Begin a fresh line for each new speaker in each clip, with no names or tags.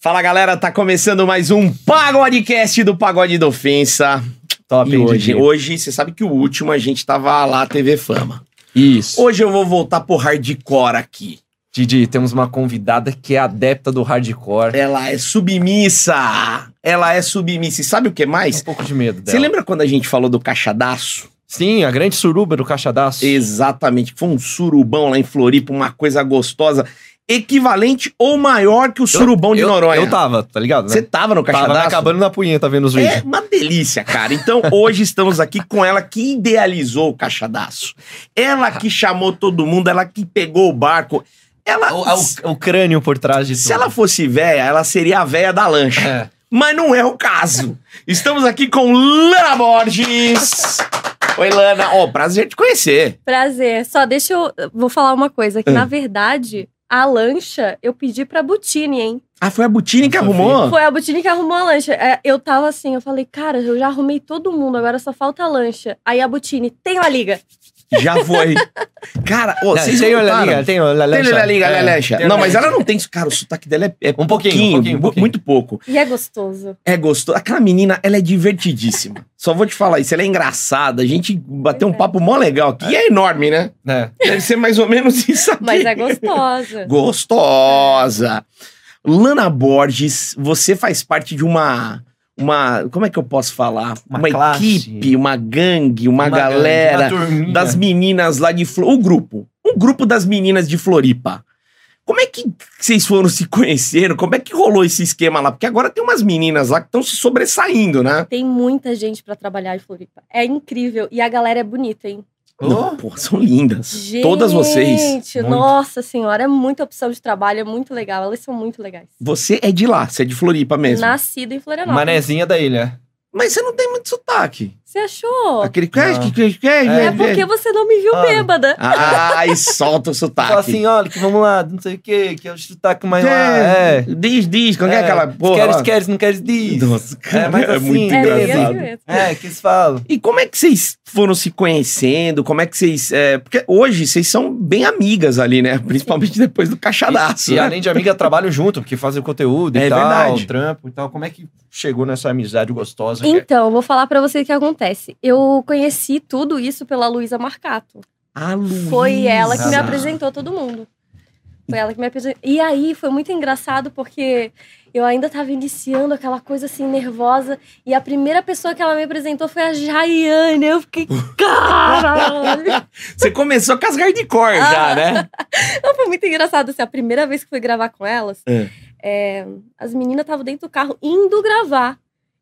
Fala galera, tá começando mais um Pagodecast do Pagode da Ofensa.
Top,
E
hein,
hoje,
Didi?
hoje, você sabe que o último a gente tava lá, TV Fama.
Isso.
Hoje eu vou voltar pro hardcore aqui.
Didi, temos uma convidada que é adepta do hardcore.
Ela é submissa. Ela é submissa. E sabe o que
Tem
mais?
Um pouco de medo dela.
Você lembra quando a gente falou do cachadaço?
Sim, a grande suruba do Caixadaço.
Exatamente. Foi um surubão lá em Floripa, uma coisa gostosa. Equivalente ou maior que o surubão de
eu,
Noronha.
Eu tava, tá ligado? né?
Você tava no
tava
cachadaço?
me acabando na punheta vendo os vídeos.
É uma delícia, cara. Então, hoje estamos aqui com ela que idealizou o Cachadaço. Ela que chamou todo mundo, ela que pegou o barco. Ela,
O, o- o crânio por trás de tudo.
se ela fosse véia, ela seria a véia da lancha.
É.
Mas não é o caso. Estamos aqui com Lana Borges. Oi, Lana. Ó, prazer te conhecer.
Prazer. Só deixa eu. Vou falar uma coisa:
Hum.
que na verdade, a lancha eu pedi pra Butini, hein?
Ah, foi a Butini que
Nunca
arrumou?
Foi a Butini que arrumou a lancha. É, Eu tava assim, eu falei, cara, eu já arrumei todo mundo, agora só falta a lancha. Aí a Butini, tem uma liga.
Já foi. Cara, ô,
Não,
vocês
tem o
notaram?
Laliga, tem o
Tem
Lalecha.
Lala Liga,
É,
Lala
tem
Liga.
o
Não, mas
Lalecha.
ela não tem isso. Cara, o sotaque dela é, é
Um pouquinho, um pouquinho, um
bu-
pouquinho.
muito pouco.
E é gostoso.
É gostoso. Aquela menina, ela é divertidíssima. Só vou te falar isso, ela é engraçada. A gente bateu um
Pois é.
papo mó legal aqui. E é enorme, né?
É.
Deve ser mais ou menos isso aqui.
Mas é gostosa.
Gostosa. Lana Borges, você faz parte de uma. Uma. Como é que eu posso falar?
Uma classe.
equipe, uma gangue, uma,
Uma
galera
grande- uma turminha.
das meninas lá de Flor... O grupo. Um grupo das meninas de Floripa. Como é que vocês foram se conhecendo? Como é que rolou esse esquema lá? Porque agora tem umas meninas lá que estão se sobressaindo, né?
Tem muita gente pra trabalhar em Floripa. É incrível. E a galera é bonita, hein?
Não,
Oh,
pô, são lindas.
Gente,
Todas vocês.
Muito.
Nossa senhora, é muita opção de trabalho, é muito legal. Elas são muito legais.
Você é de lá, você é de Floripa mesmo.
Nascida em Florianópolis.
Manezinha da ilha.
Mas você não tem muito sotaque.
Você achou?
Aquele.
Não.
que- que- que-
É
É,
porque você não me viu
Ah,
Olha.
bêbada.
Ai, solta o sotaque.
Fala assim, olha, que vamos lá, não sei o quê, que é o sotaque mais lá.
É,
É.
Diz, diz, como é,
É,
aquela porra?
Queres,
lá?
queres, não queres, diz.
Nossa, cara,
mas assim,
muito
É,
Engraçado.
bem assim
engraçado.
mesmo.
É, que eles falam.
E como é que vocês foram se conhecendo? Como é que vocês. é, porque hoje vocês são bem amigas ali, né? Principalmente depois do cachadaço.
E, e
né?
além de amiga, trabalham junto, porque fazem o conteúdo e
É
tal,
verdade.
trampo e tal. Como é que chegou nessa amizade gostosa? que é?
Então, eu vou falar pra você o que acontece. Eu conheci tudo isso pela Luísa Marcato.
A Luísa.
Foi ela que me
Ah.
apresentou todo mundo. Foi ela que me apresentou. E aí foi muito engraçado porque eu ainda tava iniciando aquela coisa assim nervosa e a primeira pessoa que ela me apresentou foi a Jaiane. Eu fiquei, caralho!
Você começou com as hardcore
Ah,
já, né?
Não, Então, foi muito engraçado, assim, a primeira vez que fui gravar com elas,
É.
é, as meninas estavam dentro do carro indo gravar.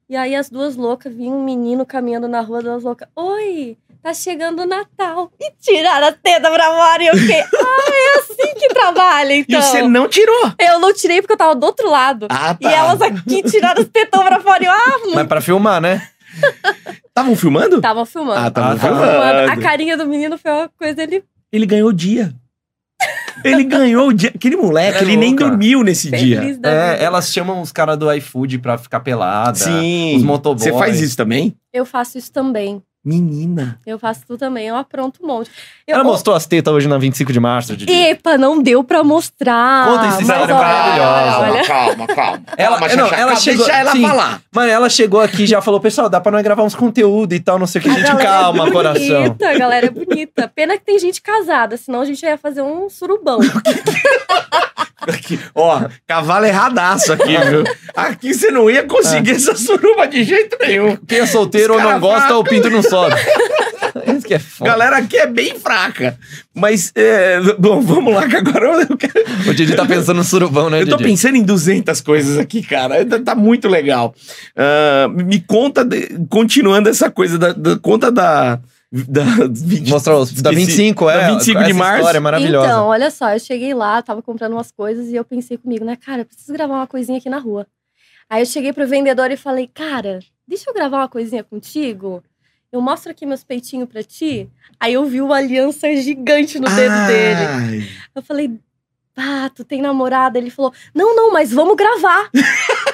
E aí as duas loucas, vinha um menino caminhando na rua, duas loucas, oi, tá chegando o Natal. E tiraram a teta pra fora e eu fiquei, ah, é assim que trabalha,
E
então.
você não tirou.
Eu não tirei porque eu tava do outro lado.
Ah,
E elas aqui tiraram os tetão pra fora e eu, ah,
é- Mas pra filmar, né?
Estavam filmando?
estavam filmando.
Ah,
tá.
estavam
Tavam filmando. A
filmando.
carinha do menino foi uma coisa, ele
Ele ganhou o dia. Ele ganhou o dia. Aquele moleque,
É
ele nem
louco,
dormiu nesse dia.
feliz da vida.
É, elas chamam os caras do iFood pra ficar pelada.
Sim.
Os motoboys.
Você faz isso também?
Eu faço isso também.
Menina.
Eu faço tudo também, eu apronto um monte. Eu,
Ela mostrou as tetas hoje na 25 de março, Didi.
Epa, não deu pra mostrar.
Conta essa história
é
mas olha,
maravilhosa.
olha, olha.
Calma, calma.
Ela-
Calma,
não,
Xaxá,
ela
calma,
chegou-
Deixa ela
sim.
falar.
Mano, ela chegou aqui e já falou, pessoal, dá pra nós gravar uns conteúdos e tal, não sei o que.
A
gente,
galera
calma,
é
coração.
bonita, a galera é bonita. Pena que tem gente casada, senão a gente ia fazer um surubão.
Aqui, ó, cavalo erradaço
Ah,
aqui, viu? Aqui você não ia conseguir
Ah.
essa suruba de jeito nenhum.
Quem é solteiro
Os
ou não
cara
gosta,
fala-
o pinto não sobe. Isso que é foda.
Galera aqui é bem fraca. Mas, é, bom, vamos lá, que agora eu quero.
O Didi tá pensando no surubão, né,
Eu tô
Didi?
pensando em 200 coisas aqui, cara. Tá, tá muito legal. Ah, me conta, de- continuando essa coisa, da, da- conta da. da 20
Mostrar os da
esqueci.
25, é.
Da 25 de
essa
março.
história é maravilhosa.
Então, olha só, eu cheguei lá, tava comprando umas coisas e eu pensei comigo, né, cara, eu preciso gravar uma coisinha aqui na rua. Aí eu cheguei pro vendedor e falei, cara, deixa eu gravar uma coisinha contigo? Eu mostro aqui meus peitinhos pra ti. Aí eu vi uma aliança gigante no dedo
Ah,
dele.
Ai,
Eu falei, pá, tu tem namorada? Ele falou, não, não, mas vamos gravar.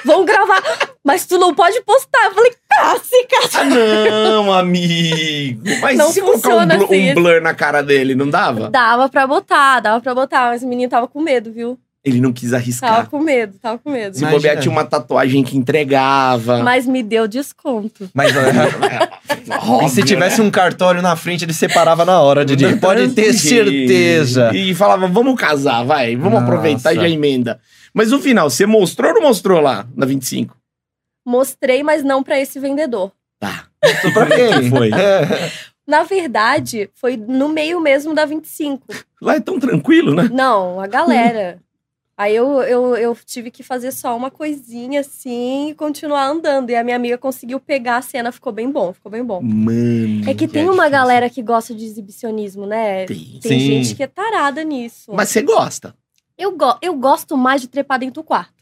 vamos gravar. Mas tu não pode postar. Eu falei, tá, se ca-
Ah, não, amigo. Mas
Não
e se colocar um,
funciona
blu- um
assim.
blur na cara dele, não dava?
Dava pra botar, dava pra botar. Mas o menino tava com medo, viu?
Ele não quis arriscar.
Tava com medo, tava com medo.
Se
Mas-
bobear,
Imagina.
tinha uma tatuagem que entregava.
Mas me deu desconto.
Mas
é,
ó, e se
Óbvio,
tivesse um cartório na frente, ele separava na hora,
né?
Didi. Pode ter certeza.
E falava, vamos casar, vai. Vamos
Nossa.
aproveitar e já emenda. Mas no final, você mostrou ou não mostrou lá na 25?
Mostrei, mas não pra esse vendedor.
Tá.
Pra quem?
Foi.
É.
Na verdade, foi no meio mesmo da 25.
Lá é tão tranquilo, né?
Não, a galera. Aí eu, eu, eu tive que fazer só uma coisinha assim e continuar andando. E a minha amiga conseguiu pegar a cena, ficou bem bom, ficou bem bom.
Mano.
É que tem uma galera que gosta de exibicionismo, né? Tem,
Sim.
Tem.
gente que é tarada nisso.
Mas você gosta.
Eu, go eu gosto mais de trepar dentro do quarto.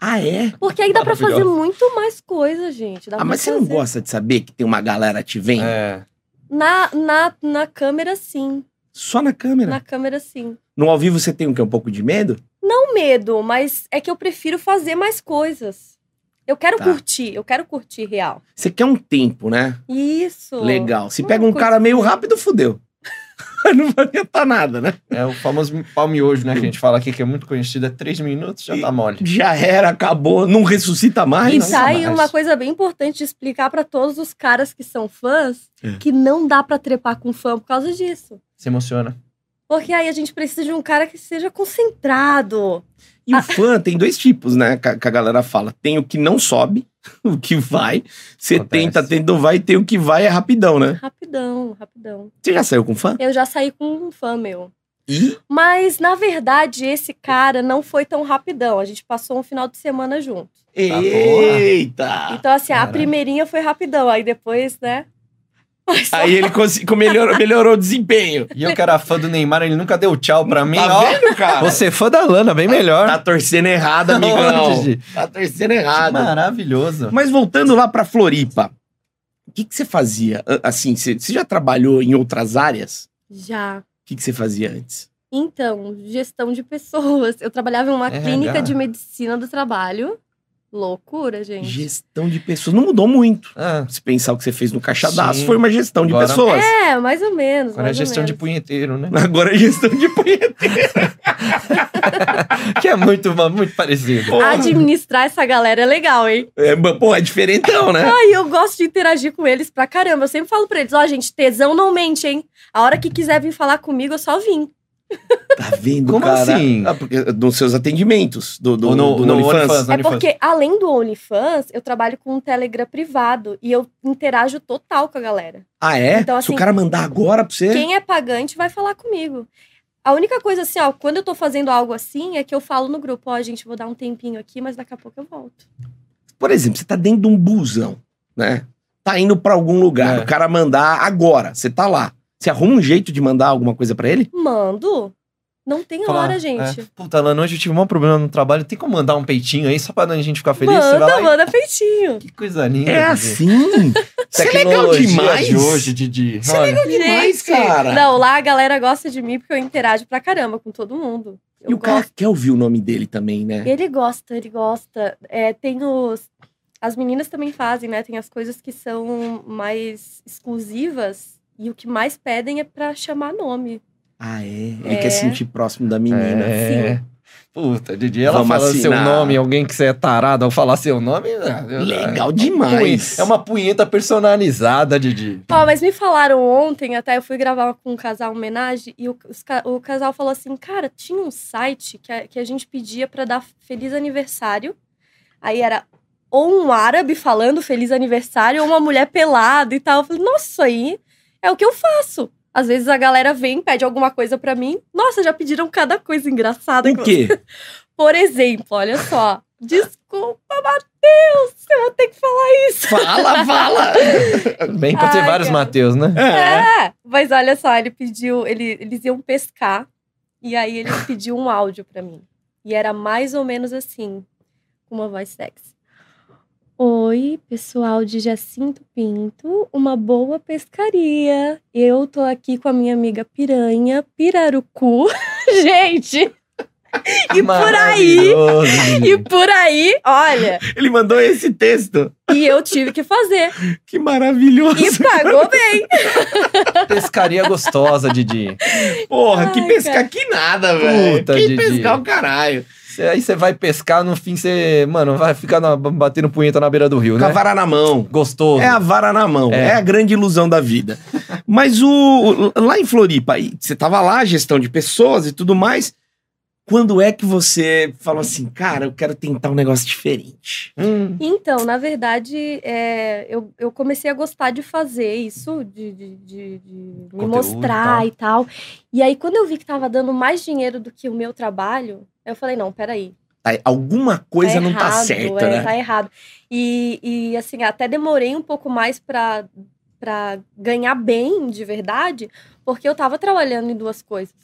Ah, é?
Porque aí dá pra fazer
Maravilhosa.
muito mais coisa, gente. Dá
Ah,
pra
mas você não
fazer.
gosta de saber que tem uma galera te vendo?
É.
Na, na, na câmera, sim.
Só na câmera.
Na câmera, sim.
No ao vivo você tem o quê? Um pouco de medo?
Não medo, mas é que eu prefiro fazer mais coisas. Eu quero
Tá.
curtir, eu quero curtir real.
Você quer um tempo, né?
Isso.
Legal. Se
Uma
pega um
coisa
cara meio
assim.
rápido, fudeu. não vai adiantar nada, né?
É o famoso pau miojo, né? Que a gente fala aqui, que é muito conhecido. É três minutos, já tá mole.
Já era, acabou, não ressuscita mais. né?
E
não,
tá aí
jamais.
uma coisa bem importante de explicar pra todos os caras que são fãs
É.
que não dá pra trepar com fã por causa disso.
Se emociona.
Porque aí a gente precisa de um cara que seja concentrado.
E o fã tem dois tipos, né? Que a, que a galera fala. Tem o que não sobe, o que vai. Você
Acontece.
tenta, tenta, não vai. E tem o que vai, é rapidão, né?
Rapidão, rapidão.
Você já saiu com fã?
Eu já saí com um fã meu.
E?
Mas, na verdade, esse cara não foi tão rapidão. A gente passou um final de semana junto.
tá Ah,
Eita!
Então, assim,
Caralho.
a primeirinha foi rapidão, aí depois, né? Mas-
Aí ele conseguiu, melhorou, melhorou o desempenho.
E eu que era fã do Neymar, ele nunca deu tchau pra mim.
Tá
ó,
vendo, cara?
você é fã da Lana, bem melhor.
Tá torcendo errado, amigão.
Didi?
Tá torcendo errado.
Maravilhoso.
Mas voltando lá pra Floripa, o que que você fazia? A- Assim, você você já trabalhou em outras áreas?
Já.
O que que você fazia antes?
Então, gestão de pessoas. Eu trabalhava em uma
RH.
clínica de medicina do trabalho. Loucura, gente.
Gestão de pessoas. Não mudou muito.
Ah,
Se pensar o que você fez no Caixa
Sim.
Daço, foi uma gestão de
Agora-
pessoas.
É, mais ou menos.
agora é
mais ou
gestão de
menos.
punheteiro, né?
Agora é gestão de punheta.
que é muito, muito parecido.
Pô.
Administrar essa galera é legal, hein?
É, mas, pô, é diferentão, né?
Aí eu gosto de interagir com eles pra caramba. Eu sempre falo pra eles: ó, gente, tesão não mente, hein? A hora que quiser vir falar comigo, eu só vim.
Tá vendo,
Como
cara?
assim?
Ah, porque nos seus atendimentos, do, do,
Ou no-
do
no
OnlyFans.
OnlyFans. né?
É
OnlyFans.
porque, além do OnlyFans, eu trabalho com um Telegram privado e eu interajo total com a galera.
Ah, é?
Então,
Se o
assim,
cara mandar agora pra você...
Quem é pagante vai falar comigo. A única coisa assim, ó, quando eu tô fazendo algo assim, é que eu falo no grupo, ó, gente, vou dar um tempinho aqui, mas daqui a pouco eu volto.
Por exemplo, você tá dentro de um busão, né? Tá indo pra algum lugar,
É.
o cara mandar agora, você tá lá. Você arruma um jeito de mandar alguma coisa pra ele?
Mando. Não tem
Falar,
hora, gente.
é, Puta, Lana, hoje eu tive um problema no trabalho. Tem como mandar um peitinho aí só pra a gente ficar feliz? Você vai
manda,
lá e-
manda peitinho.
Que coisa linda.
É
Didi.
assim? Isso é legal
Tecnologia
demais.
de hoje, Didi.
Isso é
Olha,
demais,
Gente,
cara.
Não, lá a galera gosta de mim porque eu interajo pra caramba com todo mundo. Eu
E o cara
gosto.
quer ouvir o nome dele também, né?
Ele gosta, ele gosta. É, tem os. As meninas também fazem, né? Tem as coisas que são mais exclusivas e o que mais pedem é pra chamar nome.
Ah, é? Ele
É.
quer sentir próximo da menina.
assim.
É. Puta, Didi, ela
Vamos
fala seu
assinar.
nome, alguém que você é tarado ao falar seu nome. ah, eu-
Legal
punhe-
demais.
É uma punheta personalizada, Didi.
Ó, mas me falaram ontem, até eu fui gravar com um casal homenagem, e o, os ca- o casal falou assim: cara, tinha um site que a, que a gente pedia pra dar feliz aniversário. Aí era ou um árabe falando feliz aniversário, ou uma mulher pelada e tal. Eu falei, nossa, isso aí é o que eu faço. Às vezes a galera vem, pede alguma coisa pra mim. Nossa, já pediram cada coisa engraçada.
O quê?
Por exemplo, olha só. Desculpa, Matheus, eu vou ter que falar isso.
Fala, fala!
Bem pra ter
Ai,
vários
cara.
Mateus, né?
É.
É, mas olha só, ele pediu, ele, eles iam pescar e aí ele pediu um áudio pra mim. E era mais ou menos assim, com uma voz sexy. Oi, pessoal de Jacinto Pinto, uma boa pescaria. Eu tô aqui com a minha amiga Piranha, Pirarucu. Gente, E por aí. E por aí, olha.
Ele mandou esse texto.
E eu tive que fazer.
Que maravilhoso.
E pagou bem.
Pescaria gostosa, Didi.
Porra, que
Ai,
pescar
cara.
que nada, velho.
Puta, Né?
Que
Didi.
pescar o caralho.
Cê- aí você vai pescar, no fim você, mano, vai ficar na- batendo punheta na beira do rio,
Com a
né?
vara na mão.
Gostoso.
É a vara na mão. É,
É.
a grande ilusão da vida. Mas o, o- lá em Floripa, aí, você tava lá, gestão de pessoas e tudo mais. Quando é que você falou assim, cara, eu quero tentar um negócio diferente?
Hum.
Então, na verdade, é, eu, eu comecei a gostar de fazer isso, de, de- de- de me
Conteúdo e
mostrar e tal. E aí, quando eu vi que tava dando mais dinheiro do que o meu trabalho, eu falei, não, peraí. tá
Aí, alguma coisa não tá
errado,
certa,
é,
né?
Tá errado. E, e, assim, até demorei um pouco mais pra, pra ganhar bem de verdade, porque eu tava trabalhando em duas coisas.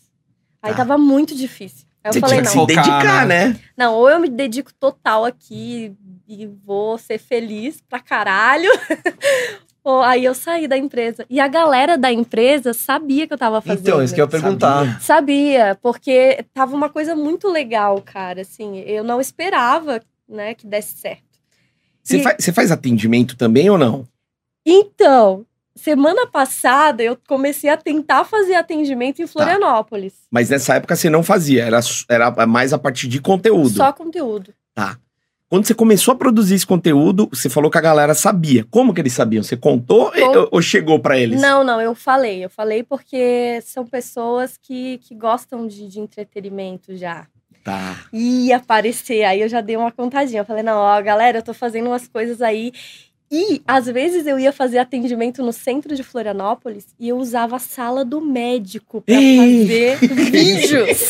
Aí
Tá.
tava muito difícil. Aí eu
Você
falei,
tinha que
não.
se
Focar,
dedicar, né?
Não, ou eu me dedico total aqui e vou ser feliz pra caralho. ou aí eu saí da empresa. E a galera da empresa sabia que eu tava fazendo.
Então, isso que eu ia perguntar.
Sabia, porque tava uma coisa muito legal, cara. Assim, eu não esperava, né, que desse certo.
Você
E-
fa- você faz atendimento também ou não?
Então, semana passada eu comecei a tentar fazer atendimento
Tá.
em Florianópolis.
Mas nessa época você não fazia, era, s- era mais a partir de conteúdo.
Só conteúdo.
Quando você começou a produzir esse conteúdo, você falou que a galera sabia. Como que eles sabiam? Você contou e-
Com-
ou, ou chegou pra eles?
Não, não, eu falei. Eu falei porque são pessoas que, que gostam de, de entretenimento já.
Tá.
E aparecer, aí eu já dei uma contadinha. Eu falei, não, ó, galera, eu tô fazendo umas coisas aí. E às vezes eu ia fazer atendimento no centro de Florianópolis e eu usava a sala do médico pra
Ei!
fazer vídeos.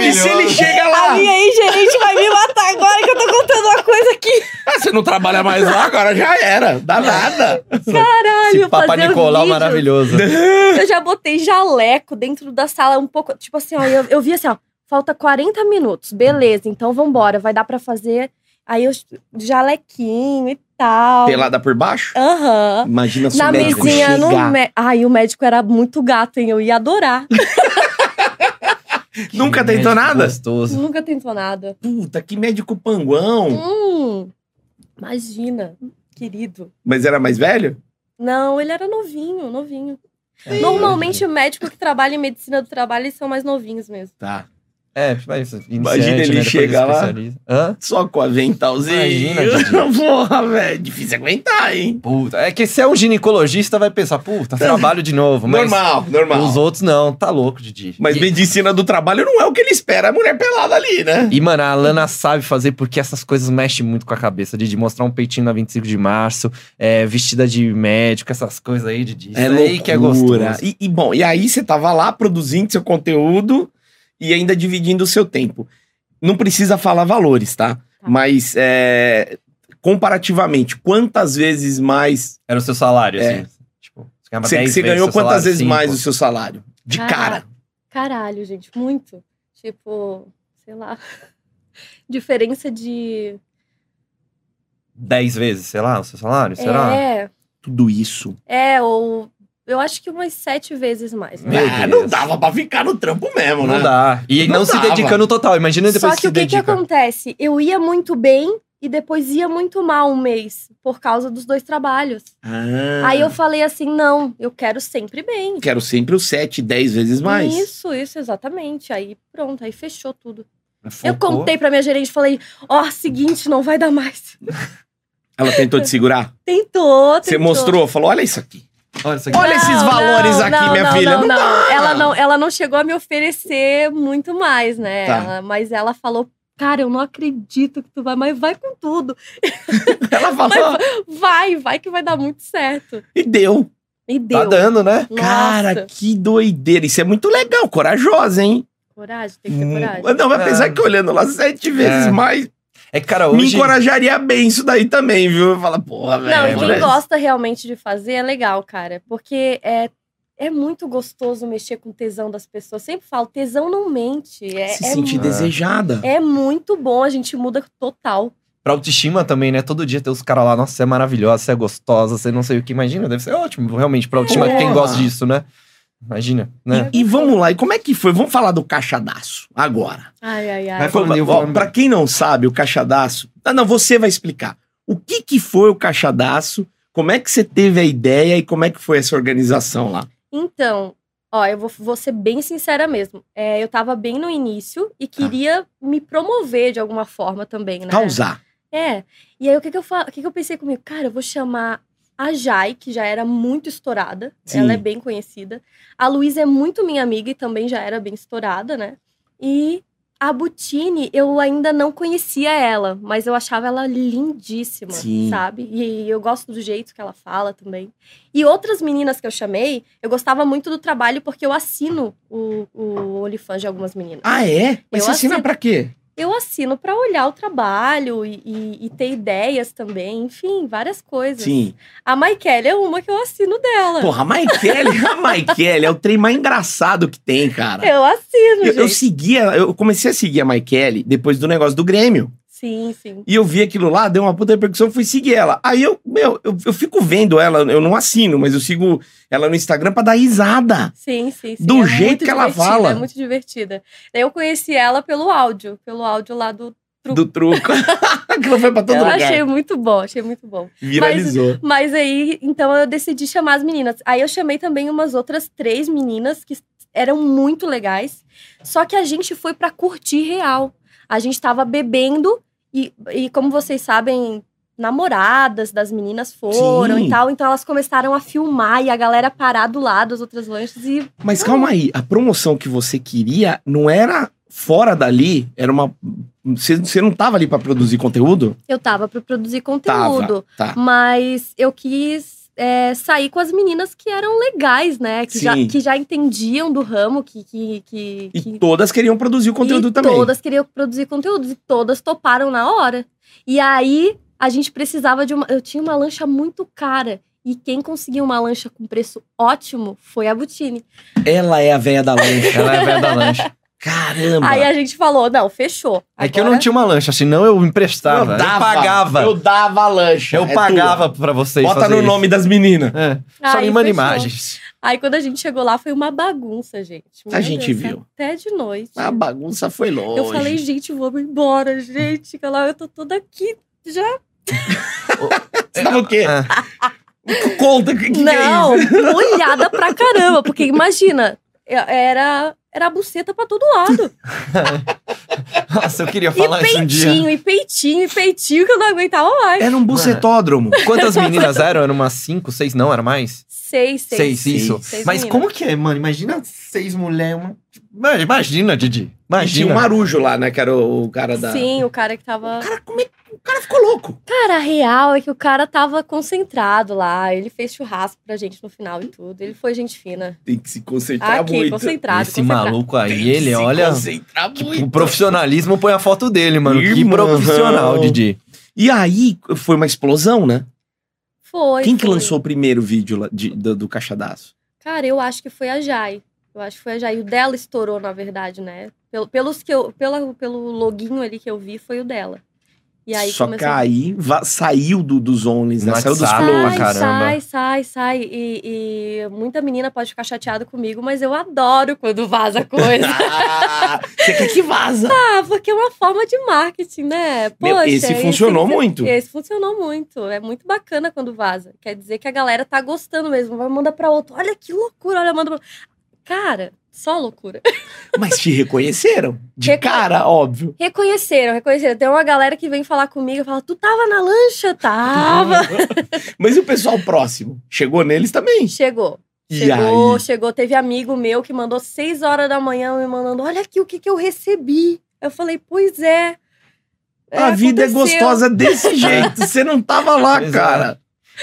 E se ele chega lá?
A minha gerente vai me matar agora que eu tô contando uma coisa aqui.
Ah, você não trabalha mais lá, agora já era. Dá nada.
Caralho,
Esse Papa
fazer
Nicolau
vídeos.
maravilhoso.
Eu já botei jaleco dentro da sala um pouco. Tipo assim, ó, eu, eu vi assim, ó, falta 40 minutos. Beleza, então vambora, vai dar pra fazer. Aí eu jalequinho e tal.
Pelada por baixo?
Aham.
Imagina se
Na
o médico
mesinha, no
chegar.
mé... Ai, o médico era muito gato, hein? Eu ia adorar.
Nunca
Que médico
tentou nada?
Né? Gostoso.
Nunca tentou nada.
Puta, que médico panguão.
Hum, imagina, querido.
Mas era mais velho?
Não, ele era novinho, novinho.
É.
Normalmente, o médico que trabalha em medicina do trabalho, eles são mais novinhos mesmo.
Tá.
É, mas
Imagina ele chega lá.
né, Hã?
Só com a ventalzinha.
Imagina, Didi.
Porra, velho. Difícil aguentar, hein?
Puta, é que se é um ginecologista vai pensar, puta, trabalho de novo. Mas
normal, normal.
os outros não, tá louco, Didi.
Mas
e,
medicina do trabalho não é o que ele espera, a mulher pelada ali, né?
E, mano, a Alana sabe fazer porque essas coisas mexem muito com a cabeça. Didi, mostrar um peitinho na 25 de março, é, vestida de médico, essas coisas aí, Didi. Isso aí que é gostoso.
loucura. E, e, bom, e aí você tava lá produzindo seu conteúdo e ainda dividindo o seu tempo. Não precisa falar valores, tá? Mas é, comparativamente, quantas vezes mais
Era o seu salário,
É.
assim. Tipo, você ganhava
você
10
você
vezes
ganhou
seu
quantas
salário,
vezes
cinco.
mais o seu salário? De cara.
Caralho, gente, muito. Tipo, sei lá. Diferença de.
10 vezes, sei lá, o seu salário? Será?
É,
Tudo isso.
é, ou. Eu acho que umas sete vezes mais. né?
Meu
Ah, não
Deus.
dava pra ficar no trampo mesmo,
Não
né?
dá. E
Não
não, se
dava.
dedicando total. Imagina depois
Só
que
que
se
o que, que
dedica.
acontece? Eu ia muito bem e depois ia muito mal um mês por causa dos dois trabalhos.
É.
Ah,
Aí eu falei assim: não, eu quero sempre bem.
quero sempre os 7, 10 vezes mais.
Isso, isso, exatamente. Aí pronto, aí fechou tudo. Eu
Focou.
contei pra minha gerente, falei: ó, seguinte, não vai dar mais.
Ela tentou te segurar?
Tentou, tentou.
Você mostrou, falou: olha isso aqui.
Olha isso aqui.
Olha esses valores aqui, minha filha.
Não,
Não dá.
Ela, não, ela não chegou a me oferecer muito mais, né?
Tá.
Ela- mas ela falou: Cara, eu não acredito que tu vai, mas vai com tudo.
Ela falou
Vai, vai que vai dar muito certo.
e deu.
E
Tá
deu.
dando, né?
Nossa,
Cara, que doideira. Isso é muito legal, corajosa, hein?
coragem, tem que ter coragem.
hum, Não, mas apesar
É.
que olhando lá sete vezes
É.
mais,
É que, cara,
me
hoje...
encorajaria bem isso daí também, viu? Fala, porra, velho. né?"
Não,
É,
e quem
mas-
gosta realmente de fazer é legal, cara. Porque é, é muito gostoso mexer com o tesão das pessoas. Sempre falo, tesão não mente. É,
Se
é
sentir
mu-
desejada.
é muito bom, a gente muda total.
Pra autoestima também, né? Todo dia tem os caras lá, nossa, você é maravilhosa, você é gostosa, você não sei o que. Imagina, deve ser ótimo, realmente, pra autoestima de quem
Porra.
gosta disso, né? Imagina, né?
E, e vamos lá, e como é que foi? Vamos falar do cachadaço agora.
Ai, ai, ai.
Vai falar, eu vou-
Ó, pra quem não sabe, o cachadaço. Ah, não, você vai explicar. O que, que foi o cachadaço? Como é que você teve a ideia e como é que foi essa organização lá?
Então, ó, eu vou, vou ser bem sincera mesmo. É, eu tava bem no início e queria me promover de alguma forma também, né?
Causar.
É. E aí, o que que eu, fa... o que que eu pensei comigo? Cara, eu vou chamar a Jai, que já era muito estourada.
Sim.
Ela é bem conhecida. A Luísa é muito minha amiga e também já era bem estourada, né? E a Butini, eu ainda não conhecia ela, mas eu achava ela lindíssima,
Sim.
sabe? E eu gosto do jeito que ela fala também. E outras meninas que eu chamei, eu gostava muito do trabalho porque eu assino o, o OnlyFans de algumas meninas.
Ah, é? Mas
Eu
você assina
assino.
pra quê?
Eu assino pra olhar o trabalho e, e- e ter ideias também, enfim, várias coisas.
Sim.
A Maikele é uma que eu assino dela.
Porra, a Maikele, a Maikele é o trem mais engraçado que tem, cara.
Eu
né? Eu,
assino, É, gente.
eu seguia, eu comecei a seguir a Maikele depois do negócio do Grêmio.
Sim, sim.
E eu vi aquilo lá, deu uma puta repercussão, fui seguir ela. Aí eu, meu, eu, eu fico vendo ela, eu não assino, mas eu sigo ela no Instagram pra dar risada.
Sim, sim, sim.
Do
é
jeito
muito
que ela
divertida,
fala.
É muito divertida. Daí Eu conheci ela pelo áudio, pelo áudio lá do. Truco.
Do truco. Aquilo foi pra todo
eu
Tá lugar.
achei muito bom, achei muito bom.
Viralizou.
Mas aí, então eu decidi chamar as meninas. Aí eu chamei também umas outras três meninas que eram muito legais. Só que a gente foi pra curtir real. A gente tava bebendo e, e como vocês sabem, namoradas das meninas foram
Sim.
e tal. Então elas começaram a filmar e a galera parar do lado, as outras lanches e
Mas calma aí, a promoção que você queria não era fora dali, era uma. Você, você não tava ali pra produzir conteúdo?
eu tava pra produzir conteúdo.
Tava. Tá.
Mas eu quis é, sair com as meninas que eram legais, né? Que, já,
Sim.
que já entendiam do ramo, que. que, que,
E
que-
todas queriam produzir o conteúdo
e
também.
Todas queriam produzir conteúdos e todas toparam na hora. E aí a gente precisava de uma. Eu tinha uma lancha muito cara. E quem conseguiu uma lancha com preço ótimo foi a Butini.
Ela é a véia da lancha.
Ela é a velha da lancha.
Caramba!
Aí a gente falou: não, fechou.
É que eu não
Agora-
tinha uma lancha, senão eu emprestava. Eu, pagava.
Eu
Eu,
dava a lancha. é
pagava pra vocês
tua. Bota
fazer
no
isso.
nome das meninas.
É. Só
Aí
me manda
fechou.
imagens.
Aí quando a gente chegou lá foi uma bagunça, gente.
A gente viu.
Até de noite.
A bagunça foi longe.
eu falei: gente, vamos embora, gente. Que lá eu tô toda aqui já.
Você tava o quê?
Ah.
Conta, o que, que é
não,
isso?
molhada pra caramba, porque imagina, eu- era, era a buceta pra todo lado.
Nossa, eu queria
E
falar isso um dia.
peitinho, e peitinho, e peitinho, que eu não aguentava mais.
Era um bucetódromo.
Quantas meninas eram? Eram umas cinco, seis? Não, era mais?
Seis, seis.
Seis, isso.
Seis
Mas
meninas.
como que é, mano? Imagina seis mulheres, uma... Mano, Imagina, Didi.
E Tinha
Imagina.
o Marujo lá, né? Que era o, o cara da.
Sim, o cara que tava.
Cara, como é que- O cara ficou louco.
Cara, a real é que o cara tava concentrado lá. Ele fez churrasco pra gente no final e tudo. Ele foi gente fina.
Tem que se concentrar
Aqui,
muito.
concentrado.
tá Esse
concentrado.
maluco
Tem
aí,
que
ele
se
olha... tipo, um
Concentrar
O
muito.
profissionalismo põe a foto dele, mano. Que
Irmão.
profissional, Didi.
E aí foi uma explosão, né?
Foi.
Quem que
foi.
lançou o primeiro vídeo lá de- do, do Cachadaço?
Cara, eu acho que foi a Jai. Eu acho que foi a Jai. O dela estourou, na verdade, né? Pelo, pelos que eu, pela, pelo loginho ali que eu vi, foi o dela. E aí
Só que
começou...
aí va- saiu do, dos ONLYs, né?
No
Saiu dos
WhatsApp.
flow.
pra
Sai,
caramba.
sai, sai, sai. E, e muita menina pode ficar chateada comigo, mas eu adoro quando vaza coisa.
Ah, Você quer que vaza?
ah, porque é uma forma de marketing, né? Poxa,
Meu, esse funcionou muito.
Esse funcionou muito. É muito bacana quando vaza. Quer dizer que a galera tá gostando mesmo. Vai mandar pra outro. Olha que loucura, olha, manda pra... Cara, só loucura.
Mas te reconheceram. De
Reco-
cara, óbvio.
Reconheceram, reconheceram. Tem uma galera que vem falar comigo e fala: Tu tava na lancha?
Ah,
Tava.
Mas e o pessoal próximo? Chegou neles também.
Chegou.
E
Chegou,
aí?
chegou. Teve amigo meu que mandou seis horas da manhã me mandando: Olha aqui o que, que eu recebi. Eu falei: Pois é. É,
a vida é
aconteceu.
gostosa desse jeito. Você não tava lá,
Pois é.
cara.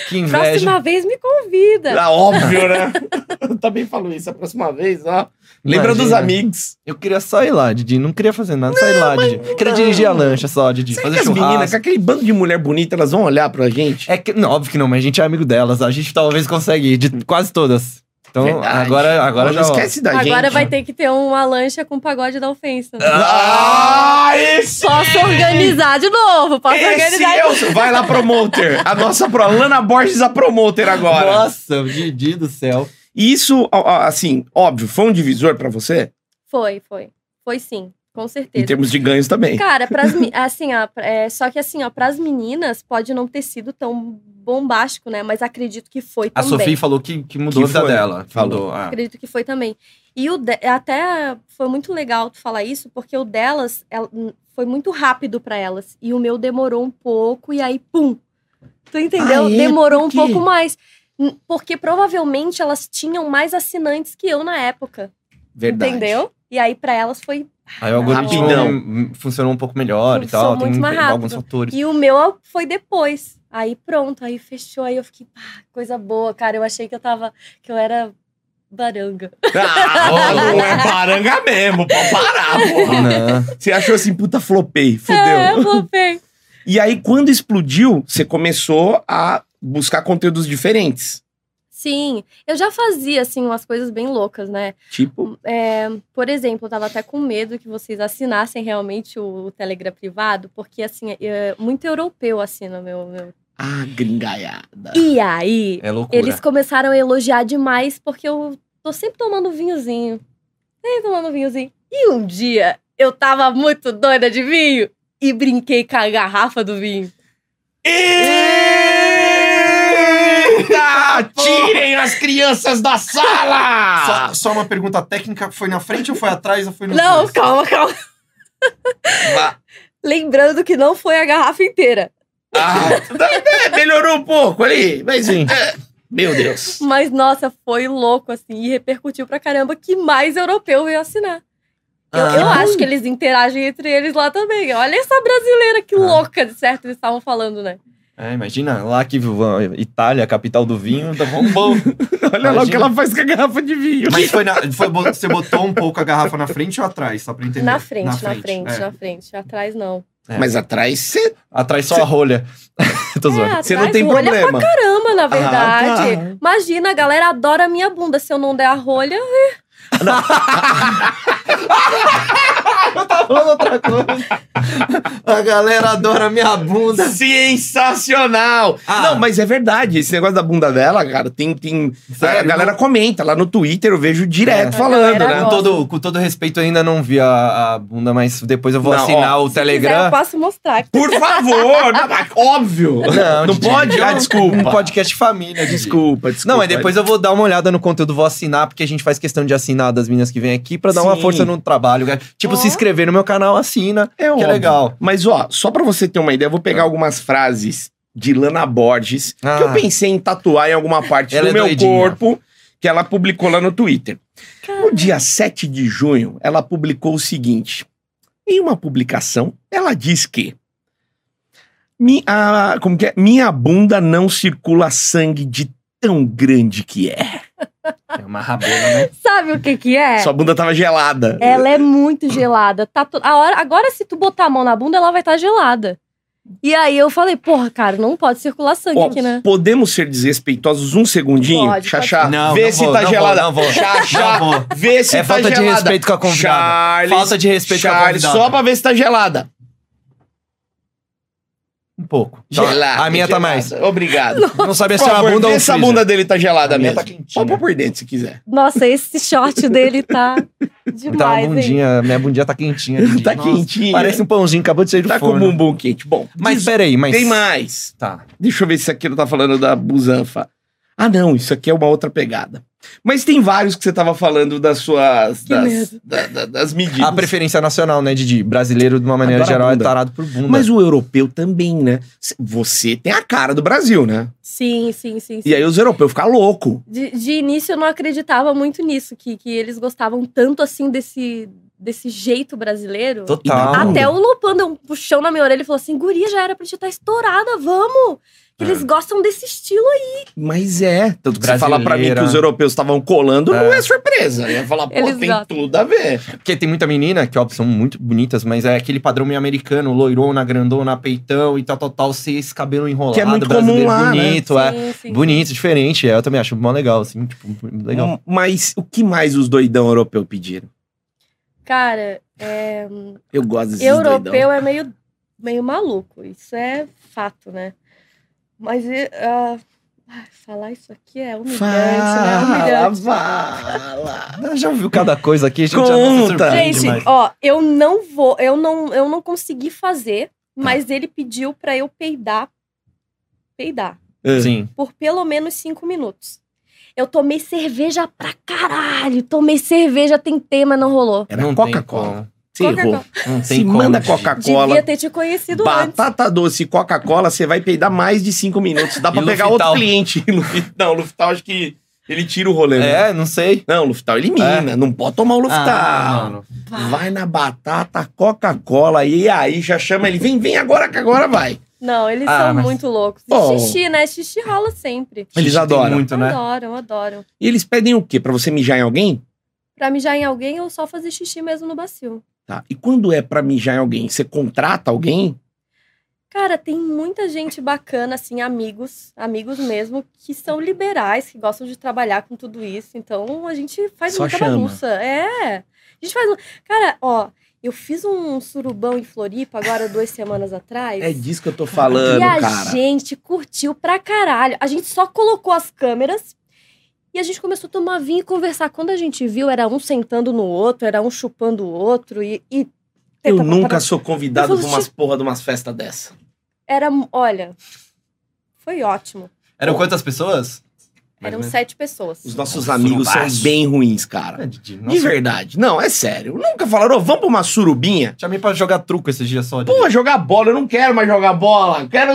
Que inveja.
Próxima vez me convida.
é Ah, óbvio, né? Eu também falo isso a próxima vez, ó. Lembra
Imagina.
dos amigos.
Eu queria só ir lá, Didi. Não queria fazer nada. Só ir lá, Didi. Queria
não.
dirigir a lancha só, Didi.
Será que
fazer
as
churrasco.
meninas, com aquele bando de mulher bonita, elas vão olhar pra gente?
É que, não, óbvio que não, mas a gente é amigo delas. A gente talvez consegue ir de quase todas. Então,
Verdade.
agora, agora
Não
já. ó.
esquece da tá, gente.
Agora vai ter que ter uma lancha com pagode da ofensa.
Ah, esse!
Posso organizar de novo. Posso
Esse
organizar de
é o... Vai lá, promoter. A nossa pro... Lana Borges, a promoter agora.
Nossa, Didi do céu.
E isso, a- a- assim, óbvio, foi um divisor pra você?
Foi, foi. Foi sim, com certeza.
Em termos de ganhos também.
Cara, pras, me- assim, ó, é, só que assim, ó, pras meninas pode não ter sido tão bombástico, né? Mas acredito que foi
A
também.
Sofia falou que, que mudou
Que
a vida
foi.
dela. que
Falou.
Mudou. ah.
Acredito que foi também. E o de- até foi muito legal tu falar isso, porque o delas ela- hum, foi muito rápido pra elas. E o meu demorou um pouco, e aí, pum! Tu entendeu?
Ah, é?
demorou
Por
um
quê?
pouco mais. N- Porque provavelmente elas tinham mais assinantes que eu na época.
Verdade.
Entendeu? E aí, pra elas, foi.
Aí o algoritmo
Rapidão.
hum, funcionou um pouco melhor e
Funcionou
tal. Tem
muito mais
tem alguns
rápido.
fatores.
E o meu foi depois. Aí pronto, aí fechou. Aí eu fiquei, pá, coisa boa, cara. Eu achei que eu tava. que eu era baranga.
Ah,
Ô,
pô, é paranga mesmo, pode parar, porra.
Não.
Você achou assim, puta, flopei, fudeu.
É, flopei.
E aí, quando explodiu, você começou a buscar conteúdos diferentes.
Sim, eu já fazia, assim, umas coisas bem loucas, né?
Tipo,
É, por exemplo, eu tava até com medo que vocês assinassem realmente o, o Telegram privado, porque, assim, é, muito europeu assina meu, meu...
ah, gringaiada.
E aí,
É loucura.
eles começaram a elogiar demais, porque eu tô sempre tomando vinhozinho. Sempre tomando vinhozinho. E um dia, eu tava muito doida de vinho e brinquei com a garrafa do vinho.
Eita! Tirem as crianças da sala!
Só, só uma pergunta técnica, foi na frente ou foi atrás ou foi no
Não,
começo?
calma, calma.
Ma-
Lembrando que não foi a garrafa inteira.
Ah, tá- é, melhorou um pouco ali, mas sim. É, Meu Deus.
Mas, nossa, foi louco, assim, e repercutiu pra caramba que mais europeu veio assinar. Eu, eu
Ah.
acho que eles interagem entre eles lá também. Olha essa brasileira que
Ah.
louca, de certo, eles estavam falando, né?
É, imagina lá que v- Itália, capital do vinho, tá bombou.
Olha lá o que ela faz com a garrafa de vinho.
Mas foi na, foi, bo- você botou um pouco a garrafa na frente ou atrás, só pra eu entender?
Na frente, na frente,
é.
na frente. Atrás, não.
Mas atrás tá você
Atrai só a rolha. Tô zoando.
você não
É, atrás,
tem
rolha
problema.
pra caramba, na verdade.
tá.
Imagina, a galera adora a minha bunda. Se eu não der a rolha,
Eu tava falando outra coisa. A galera adora minha bunda.
Sensacional!
Ah.
Não, mas é verdade. Esse negócio da bunda dela, cara, tem. tem... a galera comenta lá no Twitter, eu vejo direto
É.
falando,
A galera
né?
É, Com todo, com todo respeito, eu ainda não vi a, a bunda, mas depois eu vou
Não,
assinar o
se quiser, eu
Telegram.
posso mostrar.
Por favor! não, mas óbvio! Não,
Didi,
pode? Ah, desculpa.
Um podcast família, Didi.
Desculpa, desculpa.
Não, mas depois eu vou dar uma olhada no conteúdo, vou assinar, porque a gente faz questão de assinar das meninas que vêm aqui pra dar uma
Sim.
força no trabalho. cara. Tipo,
Ó.
se inscrever no meu canal, assina.
É
que
óbvio.
legal.
Mas, ó, só pra você ter uma ideia, eu vou pegar algumas frases de Lana Borges
Ah.
que eu pensei em tatuar em alguma parte
Ela
do
é
meu
doidinha.
corpo, que ela publicou lá no Twitter. No dia 7 de junho, ela publicou o seguinte. Em uma publicação, ela diz que... "Mi- a- como que é? Minha bunda não circula sangue de tão grande que é.
É uma rabona, né?
Sabe o que que é?
Sua bunda tava gelada.
Ela é muito gelada. Tá to- a hora... Agora, se tu botar a mão na bunda, ela vai estar gelada. E aí eu falei, porra, cara, não pode circular sangue
Ó,
aqui, né?
Podemos ser desrespeitosos um segundinho?
Pode,
Xaxá,
pode. Não,
vê
não
se
vou,
tá
não vou,
gelada.
não vou.
Xaxá,
Não vou.
vê se
É
tá
falta de
gelada.
respeito com a convidada.
Charles,
Falta de respeito
Charles,
com a
só
convidada.
pra ver se tá gelada.
Um pouco. Tá.
Gelada.
a minha tá
gelada.
mais.
Obrigado.
Não sabia
Por
se era a
favor,
bunda
vê
ou um
se a
freezer.
bunda dele tá gelada
A minha
mesmo.
tá quentinha.
Só pôr por dentro, se quiser.
Nossa, esse short dele tá
Tá uma
demais, hein?
bundinha, minha bundinha tá quentinha. Didi.
tá
Nossa,
quentinha.
Parece um pãozinho, acabou de sair do
tá com o
forno.
bumbum quente. Bom,
Mas
diz-
peraí, mas...
tem mais.
Tá.
Deixa eu ver se aqui não tá falando da busanfa. Ah, não, isso aqui é uma outra pegada. Mas tem vários que você tava falando das suas.
Que
Das,
medo.
da- da- das medidas.
A preferência nacional, né, Didi? Brasileiro, de uma maneira
Adora
geral, é
bunda.
tarado por bunda.
Mas o europeu também, né? C- Você tem a cara do Brasil, né?
Sim, sim, sim. sim.
E aí os europeus ficam loucos.
De, de início eu não acreditava muito nisso, que, que eles gostavam tanto assim desse, desse jeito brasileiro.
Total.
Ah,
Até o Lupan deu um puxão na minha orelha e falou assim: Guria, já era pra te estar estourada, vamos! Que Eles gostam desse estilo aí.
Mas é. Tanto que você
Brasileira.
falar pra mim que os europeus estavam colando, não é surpresa. Eu ia falar, pô,
Eles
tem
gostam.
tudo a ver.
Porque tem muita menina, que óbvio, são muito bonitas, mas é aquele padrão meio americano, loirona, grandona, peitão e tal, tal, tal, ser esse cabelo enrolado,
Que é muito comum
brasileiro,
lá, né?
bonito, é.
Sim, sim.
Bonito, diferente, é, eu também acho mó legal, assim, tipo, legal.
Hum, Mas o que mais os doidão europeu pediram?
Cara, é,
Eu gosto desses doidão.
europeu é meio, meio maluco. Isso é fato, né? Mas e, ah, Ah, falar isso aqui é humilhante, né?
Fala,
Humilhante.
fala.
Já ouviu cada coisa aqui, a gente
Conta.
já tá
Gente, ó, eu não vou, eu não, eu não consegui fazer,
Tá.
mas ele pediu pra eu peidar, peidar,
Sim.
por pelo menos cinco minutos. Eu tomei cerveja pra caralho, tomei cerveja, tentei, mas não rolou.
Era
não tem
É Coca-Cola.
como.
Você errou.
Não tem
Se
como,
manda
gente.
Coca-Cola.
Devia ter te conhecido antes.
Batata doce e Coca-Cola, você vai peidar mais de cinco minutos. Dá pra
E
pegar
Luftal.
outro cliente. Luf- Não, o Luftal acho que ele tira o rolê. né?
É, não sei.
Não, o Luftal elimina. Não pode tomar o
Ah,
Luftal.
mano.
vai na batata, Coca-Cola. E aí já chama ele. Vem, vem agora que agora vai.
Não, eles
Ah,
são
mas-
muito loucos. E
Oh.
Xixi, né? Xixi rola sempre.
Eles
Tem
adoram.
Muito, né?
Adoram, adoram.
E eles pedem o quê? Pra você mijar em alguém?
Pra mijar em alguém, eu só fazer xixi mesmo no bacio.
Tá. E quando é pra mijar em alguém? Você contrata alguém?
Cara, tem muita gente bacana, assim, amigos, amigos mesmo, que são liberais, que gostam de trabalhar com tudo isso. Então, a gente faz
Só
muita
chama.
bagunça. É. A gente faz. um- Cara, ó, eu fiz um surubão em Floripa agora, duas semanas atrás.
É disso que eu tô falando,
e a
cara.
gente curtiu pra caralho. A gente só colocou as câmeras e a gente começou a tomar vinho e conversar. Quando a gente viu, era um sentando no outro, era um chupando o outro e. e-
Eu nunca sou convidado
Eu
pra
falo,
umas porra de umas festas dessa.
Era. Olha. Foi ótimo.
Eram quantas pessoas?
Eram
Mais ou
sete pessoas.
Os nossos
Nossa,
amigos
surubaço.
são bem ruins, cara.
menos. É, Didi.
De
Nossa,
verdade. Não, é sério. Nunca falaram, ô, vamos pra uma surubinha?
chamei pra jogar truco esses dias só. Didi.
Pô, jogar bola, eu não quero mais jogar bola. eu Quero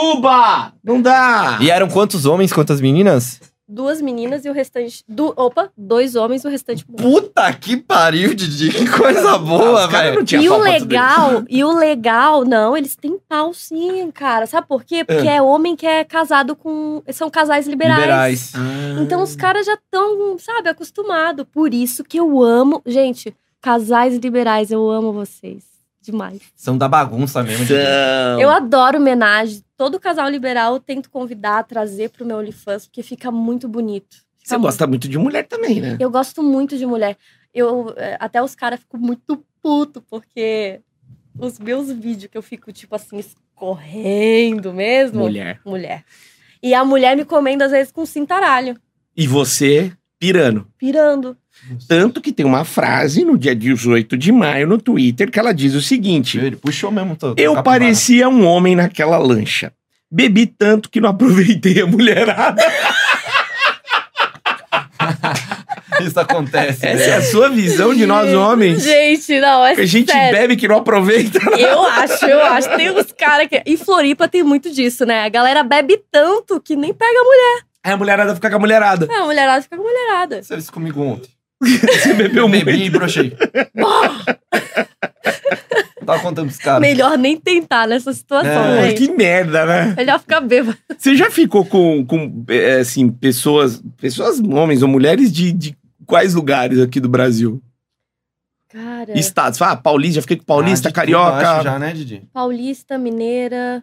suruba! Não dá!
E eram quantos homens, quantas meninas?
Duas meninas e o restante. Du... Opa, dois homens e o restante.
Puta que pariu, Didi. Que coisa
Ah,
boa,
os caras
velho.
não tinha
e o
pau pra tudo
legal, e o legal, não, eles têm pau sim, cara. Sabe por quê? Porque é, homem que é casado com. São casais liberais.
Liberais.
isso.
Então os caras já estão, sabe, acostumados. Por isso que eu amo. Gente, casais liberais, eu amo vocês. Demais.
São da bagunça mesmo. Didi.
Então,
Eu adoro homenagem. Todo casal liberal eu tento convidar, trazer pro meu OnlyFans, porque fica muito bonito.
Você
Fica muito
gosta muito de mulher também, né?
Eu gosto muito de mulher. Eu eh, até os caras ficam muito puto porque os meus vídeos que eu fico tipo assim escorrendo mesmo, mulher.
Mulher.
E a mulher me comendo às vezes com cintaralho,
E você, pirando.
pirando.
Tanto que tem uma frase no dia 18 de maio no Twitter que ela diz o seguinte:
Ele puxou mesmo. Tô, tô
Eu
capivara.
parecia um homem naquela lancha. Bebi tanto que não aproveitei a mulherada.
Isso acontece. né?
Essa é a sua visão de nós homens.
Gente, não, é
Que a gente
sério.
bebe que não aproveita.
Eu acho, eu acho. Tem uns caras que. E Floripa tem muito disso, né? A galera bebe tanto que nem pega a mulher.
Aí a mulherada fica com a mulherada.
A mulherada fica com a mulherada.
Você fez isso comigo ontem.
Você bebeu
Bebi
muito.
e brochei. Tava contando pros caras.
Melhor nem tentar nessa situação,
É,
Pô,
gente.
que merda, né?
Melhor ficar bêbado.
Você já ficou com, com é, assim, pessoas, pessoas, homens ou mulheres de, de quais lugares aqui do Brasil?
Cara.
Estados. Ah, paulista, já fiquei com paulista,
Ah, de tudo, acho
carioca.
já, né, Didi?
paulista, mineira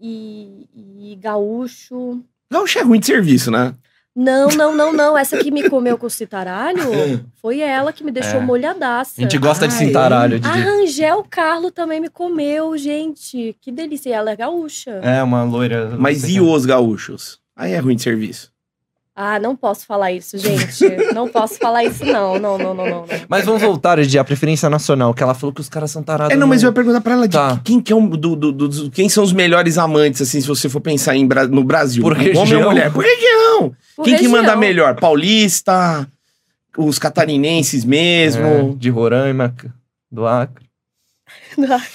e, e gaúcho.
Gaúcho é ruim de serviço, né?
Não, não, não, não. Essa que me comeu com o citaralho foi ela que me deixou
É.
molhadaça.
A gente gosta de
Ah,
cintaralho,
A
Didi.
Rangel Carlo também me comeu, gente. Que delícia. E ela é gaúcha.
É, uma loira. não
Mas
sei
e
quem.
os gaúchos? Aí é ruim de serviço.
Ah, não posso falar isso, gente. não posso falar isso, não. Não, não, não, não. não.
Mas vamos voltar, Didi, à preferência nacional, que ela falou que os caras são tarados.
É, não,
no-
mas eu ia perguntar pra ela de
Ah, Tá.
quem, que é um, do, do- do- dos- quem são os melhores amantes, assim, se você for pensar em, Bra- no Brasil.
Por
homem ou
região?
mulher? Por região.
Por
quem que manda
região.
melhor? Paulista? Os catarinenses mesmo?
É, de Roraima, c- do Acre. do Acre.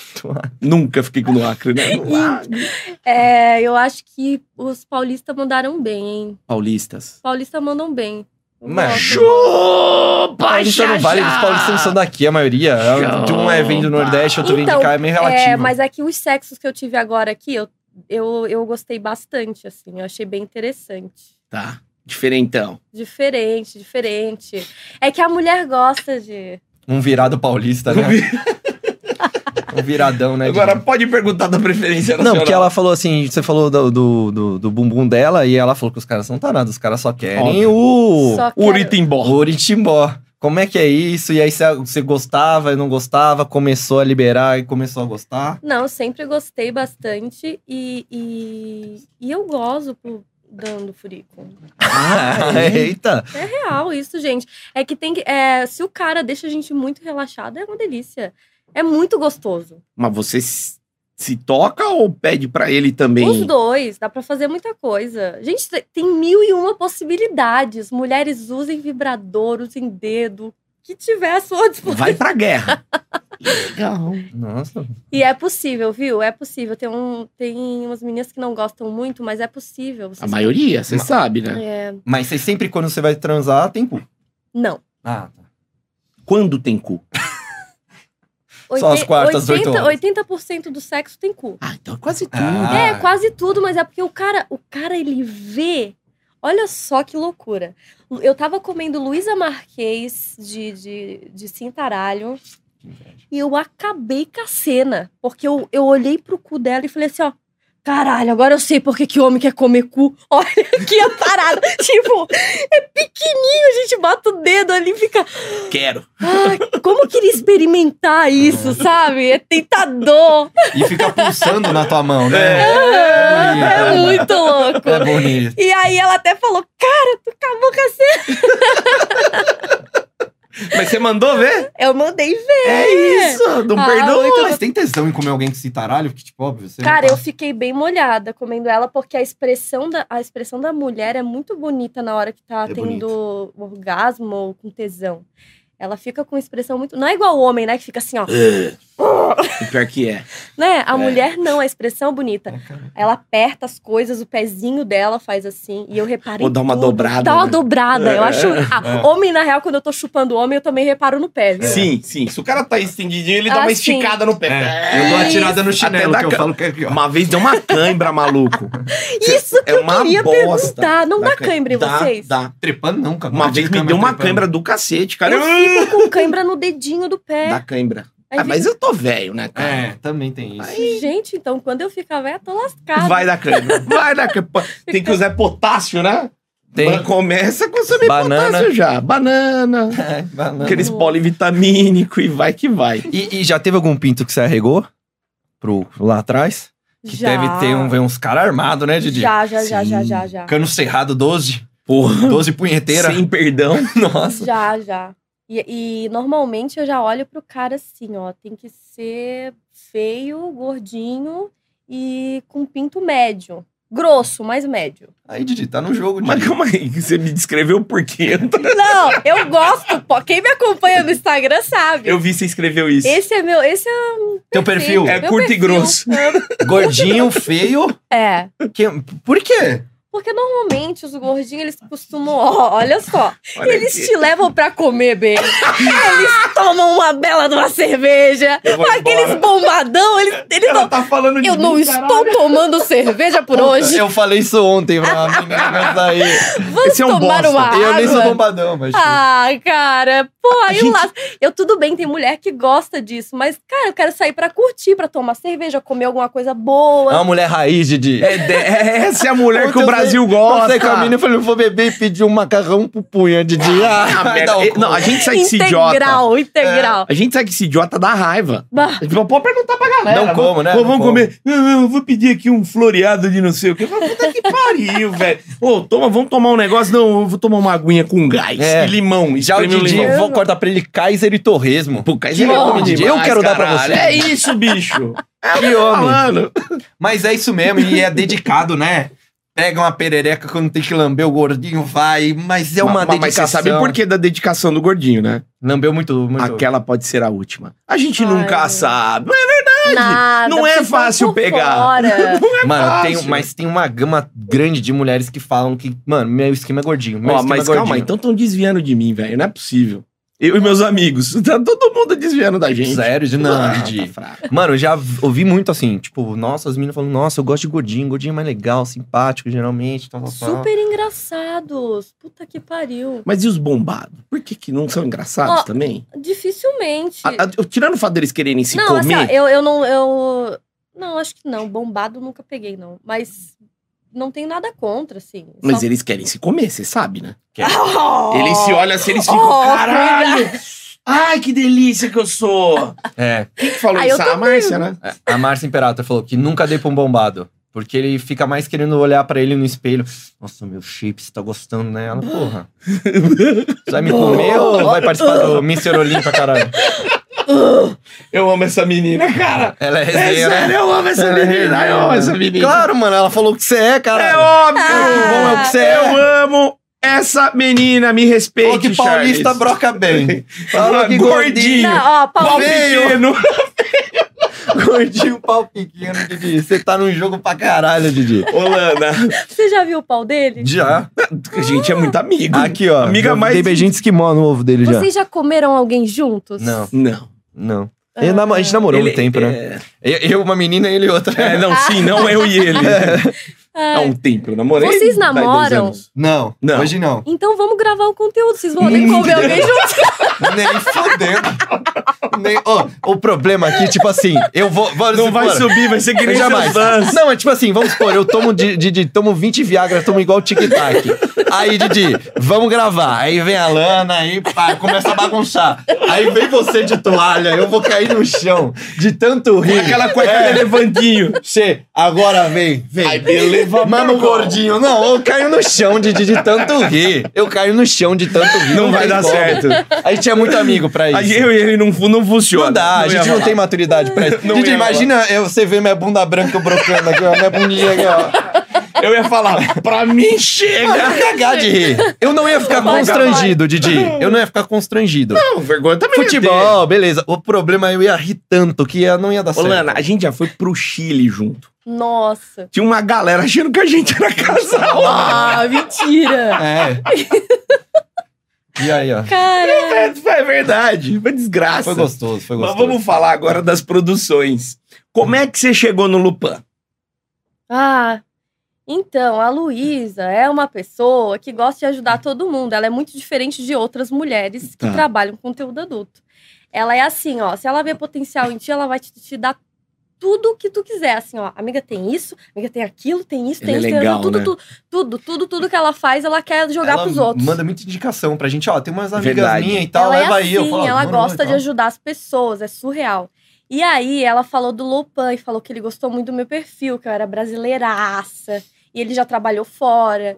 Nunca fiquei com o Acre, né? No Acre.
É, eu acho que os paulistas mandaram bem, hein?
Paulistas.
Paulista mandam bem. Eu
Mas
gosto.
Chupa,
Paulista não é vale, os
Xaxá!
paulistas são daqui, a maioria.
Chupa.
De um é vem do Nordeste, outro vem
Então,
de cá, é meio relativo.
É, mas aqui os sexos que eu tive agora aqui, eu, eu, eu gostei bastante, assim. Eu achei bem interessante.
Tá, diferentão.
Diferente, diferente. É que a mulher gosta de.
Um virado paulista, né? um viradão, né? Didi?
Agora, pode perguntar da preferência nacional.
Não, porque ela falou assim, você falou do, do, do, do bumbum dela e ela falou que os caras são tarados, os caras só querem
Óbvio.
o,
Só quero-
Uritimbó.
o Oritimbó. Como é que é isso? E aí você- você gostava e não gostava, começou a liberar e começou a gostar.
Não, eu sempre gostei bastante e, e, e eu gosto. Por, dando furico.
Ah, eita!
É real isso, gente. É que tem que. é, se o cara deixa a gente muito relaxada, é uma delícia. É muito gostoso.
Mas você s- se toca ou pede pra ele também?
Os dois, dá pra fazer muita coisa. Gente, te- tem mil e uma possibilidades. Mulheres usem vibrador, usem dedo, o que tiver à sua disposição.
Vai pra guerra. Legal.
Nossa.
E é possível, viu? É possível. Tem, um, tem umas meninas que não gostam muito, mas é possível.
A
Vocês-
maioria, você
Ma-
sabe, né?
É,
Mas você sempre, quando você vai transar, tem cu.
não.
Ah, tá.
Quando tem cu?
Só as quartas, às oito
80,
horas.
80% do sexo tem cu.
Ah, então é quase tudo.
Ah.
É, quase tudo, mas é porque o cara, o cara ele vê. Olha só que loucura. Eu tava comendo Luísa Marquês de, de, de cintaralho
Que inveja.
e eu acabei com a cena. Porque eu, eu olhei pro cu dela e falei assim, ó. Caralho, agora eu sei porque que homem quer comer cu. Olha aqui a parada. tipo, é pequenininho, a gente bota o dedo ali e fica.
Quero.
Ah, como eu queria experimentar isso, sabe? É tentador.
E fica pulsando na tua mão, né?
é muito louco.
É bonito.
E aí ela até falou, cara, tu acabou com a cena.
Mas você mandou ver?
Eu mandei ver.
É isso, não
Ah,
perdoa.
muito
Então, Mas tem tesão em comer alguém que se taralho? Porque, tipo, óbvio, você. não
Cara,
tá-
eu fiquei bem molhada comendo ela, porque a expressão da, a expressão da mulher é muito bonita na hora que tá
É
tendo orgasmo ou com tesão. Ela fica com expressão muito. Não é igual o homem, né? Que fica assim, ó.
E Pior que é.
Né? A
É.
mulher não, a expressão é bonita.
É, cara.
Ela aperta as coisas, o pezinho dela faz assim. E eu reparei.
Ou dá uma
tudo.
dobrada,
Dá uma
né?
dobrada. Eu
É.
acho. Ah, Homem, na real, quando eu tô chupando homem, eu também reparo no pé, viu?
Sim, sim. Se o cara tá estendidinho, ele dá
Ah,
uma
sim.
esticada no pé.
É, eu dou a tirada no
Até
chinelo, que
dá
eu
ca-
falo que é aqui, ó.
Uma vez deu uma cãibra, maluco.
Isso que
É
eu
uma
queria
bosta.
perguntar. Não dá,
Dá
cãibra em
Dá,
vocês?
dá.
Trepando não, cara.
Uma
Nunca
vez
tive
me deu uma
trepando.
cãibra do cacete, cara.
Eu fico né?" com cãibra no dedinho do
Dá
pé.
cãibra.
Aí
Ah, mas eu tô velho, né, cara?
É, também tem isso.
fica- Gente, então quando eu ficar velha, tô lascada.
Vai dar cãibra. Vai dar cãibra. Tem que usar potássio, né?
Tem.
Começa a consumir
Banana.
potássio já. Banana.
É, banana.
Aqueles polivitamínico e vai que vai.
E, e já teve algum pinto que você arregou? Pro lá atrás? Que
Já.
deve ter um, vem uns caras armados, né, Didi?
Já, já, já, já,
Sim.
já, já.
Cano cerrado 12.
Porra.
12 punheteira.
Sem perdão.
Nossa.
Já, já. E, e normalmente eu já olho pro cara assim, ó. Tem que ser feio, gordinho e com pinto médio. Grosso, mas médio.
Aí, Didi, tá no jogo, Didi.
Mas calma aí, que você me descreveu por quê? Eu tô-
Não, eu gosto. pô. Quem me acompanha no Instagram sabe.
Eu vi você escreveu isso.
Esse é meu. Esse é
Teu perfil.
É
meu
curto e
perfil.
grosso.
Gordinho, feio.
É.
Que... Por quê?
Porque normalmente os gordinhos, eles costumam. ó, olha só.
Olha
eles
aqui.
te levam pra comer bem. eles tomam uma bela de uma cerveja.
Eu vou
Aqueles
embora.
bombadão, eles, eles
Ela
não.
tá falando de
Eu
mim,
não
caralho.
estou tomando cerveja por hoje.
Eu falei isso ontem pra uma menina mas aí.
Vamos
esse é um
tomar
bosta.
uma água.
Eu nem sou bombadão, mas. tipo,
Ah, cara, pô, aí
gente-
eu lá. Eu tudo bem, tem mulher que gosta disso, mas, cara, eu quero sair pra curtir, pra tomar cerveja, comer alguma coisa
É
boa.
uma mulher raiz, Didi.
É, de- é essa é a mulher que o
Ontem eu
Brasil
Nossa,
gosta.
com a menina eu falei, eu vou beber e pedir um macarrão pro punha, Didi. Ah,
Ah,
vai
merda.
dar o
E-
cu.
Não, a gente sai que esse idiota. É.
integral, integral.
A gente sai que esse idiota dá raiva.
Bah,
A gente fala, pode perguntar pra galera.
Não como, né?
Pô,
Não
vamos
como.
comer. Não, não, eu vou pedir aqui um floreado de não sei o quê. Eu falo, Puta que pariu, velho. Ô, toma, vamos tomar um negócio. Não, eu vou tomar uma aguinha com gás
É.
e limão.
Já o
espreme um
Didi,
limão.
eu vou cortar pra ele Kaiser e Torresmo.
Pô, Kaiser
Que
é bom
homem, Didi.
demais,
Eu quero dar pra
caralho.
você.
É isso, bicho.
Que homem.
Falando.
Mas é isso mesmo, e é dedicado, né? Pega uma perereca quando tem que lamber o gordinho, vai. Mas é uma
Ma- ma-
dedicação.
Mas você sabe por que da dedicação do gordinho, né?
Lambeu muito, muito.
Aquela pode ser a última. A gente
Ai.
nunca sabe. é
nada,
Não é
vocês estão
fácil
por
pegar. é
fora.
Mano,
fácil.
tem, mas tem uma gama grande de mulheres que falam que, mano, meu esquema é gordinho. Meu
Ó,
esquema
mas
é gordinho.
calma, então estão desviando de mim, velho. Não é possível. Eu e meus amigos. Tá todo mundo desviando da gente.
Sério, de
Ah,
não,
tá
Didi.
fraco.
Mano, eu já ouvi muito assim, tipo, nossa, as meninas falam, nossa, eu gosto de gordinho, gordinho é mais legal, simpático, geralmente, tal, tal, tal.
Super engraçados. Puta que pariu.
Mas e os bombados? Por que, que não são engraçados
Ó,
também?
Dificilmente.
A- a- eu- tirando o fato deles quererem se
não, assim,
comer,
ó, eu, eu não. Eu... Não, acho que não. Bombado nunca peguei, não. Mas não tenho nada contra, assim.
mas
Só-
eles querem se comer, você sabe, né?
Oh!
Eles se olham assim, eles ficam,
Oh,
caralho! Ai, que delícia que eu sou!
É,
Quem que falou
Ah, eu
isso? A
também.
Márcia, né?
a Márcia Imperator falou que nunca dei pra um bombado.
Porque ele fica mais querendo olhar pra ele no espelho. Nossa, meu chips, tá gostando, né? Ela, porra. Você vai me comer ou vai participar do Mr. Olímpia, caralho?
Eu amo essa menina, cara.
Ela é
É
resenha, né?
sério, eu amo essa menina. Eu amo essa menina.
Claro, mano, ela falou o que você é,
É
cara.
óbvio.
Ah.
bom, é o que você é.
Eu amo essa menina. Me respeite,
Falou que paulista
Charles.
broca bem. Falou que
Gordinho.
gordinho,
Não, ó,
Pau
Paulo,
Feio.
pequeno.
um
gordinho, pau pequeno, Didi. Você tá num jogo pra caralho, Didi.
Holanda.
você já viu o pau dele?
Já.
A gente é muito amigo.
Aqui, ó.
Amiga
Já
mais-
Dei beijinho de esquimó no ovo dele já.
Vocês já comeram alguém juntos?
Não,
Não.
não. Eu namo- a gente namorou um tempo, né?
É...
Eu, eu, uma menina, ele outra.
É, não, sim, não eu e ele. Há
Ah,
É. um tempo, eu namorei.
Vocês
faz dois
namoram?
anos.
Não,
Não.
hoje não.
Então vamos gravar o conteúdo. Vocês vão poder comer alguém junto.
Nem fodendo. Nem... Ó, o problema aqui, tipo assim, eu vou. vamos
Não
supor,
vai subir, vai ser que
Eu
nem
jamais.
seus fãs.
Não, é tipo assim, vamos supor, eu tomo, de, de- de- tomo 20 Viagra, tomo igual o Tic Tac. Aí, Didi, vamos gravar. Aí vem a Lana, aí pá, começa a bagunçar. Aí vem você de toalha, eu vou cair no chão de tanto rir. É.
Aquela cueca de elefantinho.
Você, agora vem, vem.
Ai, me leva
Mano
pra cá.
gordinho, não, eu caio no chão de, de, de tanto rir. Eu caio no chão de tanto rir.
Não vai
tem
dar
como.
certo.
A gente é muito amigo pra isso.
Aí eu e ele não, fu- não funciona.
Não dá, a
ia
gente não
rolar.
tem maturidade pra isso.
Não
Didi,
ia rolar.
imagina eu, você ver minha bunda branca brocando aqui, ó, minha bundinha aqui, ó.
Eu ia falar, pra mim
Eu
chega.
ia cagar de rir. Eu não ia ficar
Vai,
constrangido, Didi. Eu não ia ficar constrangido.
Não, vergonha também. ia ter.
Futebol, beleza. O problema é eu ia rir tanto que ia- não ia dar
Ô,
certo.
Lana, a gente já foi pro Chile junto.
Nossa.
Tinha uma galera achando que a gente era casal.
Ah, mentira.
É. E aí, ó.
Cara,
É, é verdade, foi desgraça.
Foi gostoso, foi
Mas
gostoso.
vamos falar agora das produções. Como é que você chegou no Lupin?
Ah, então, a Luísa é uma pessoa que gosta de ajudar todo mundo. Ela é muito diferente de outras mulheres que
Tá.
trabalham com conteúdo adulto. Ela é assim, ó, se ela vê potencial em ti, ela vai te, te dar tudo que tu quiser, assim, ó. Amiga tem isso, amiga tem aquilo, tem isso,
Ela
tem
é
isso, tem
legal,
aquilo, tudo,
né?
tudo, tudo, tudo, tudo que ela faz, ela quer jogar
Ela
pros outros.
Manda muita indicação pra gente, ó. Tem umas amigas
Verdade.
minhas e tal,
ela
leva Tá,
é assim,
aí. Eu falo, então." ó,
ela
demorou e
gosta de
tal.
ajudar as pessoas, é surreal. E aí ela falou do Lopan e falou que ele gostou muito do meu perfil, que eu era brasileiraça, e ele já trabalhou fora.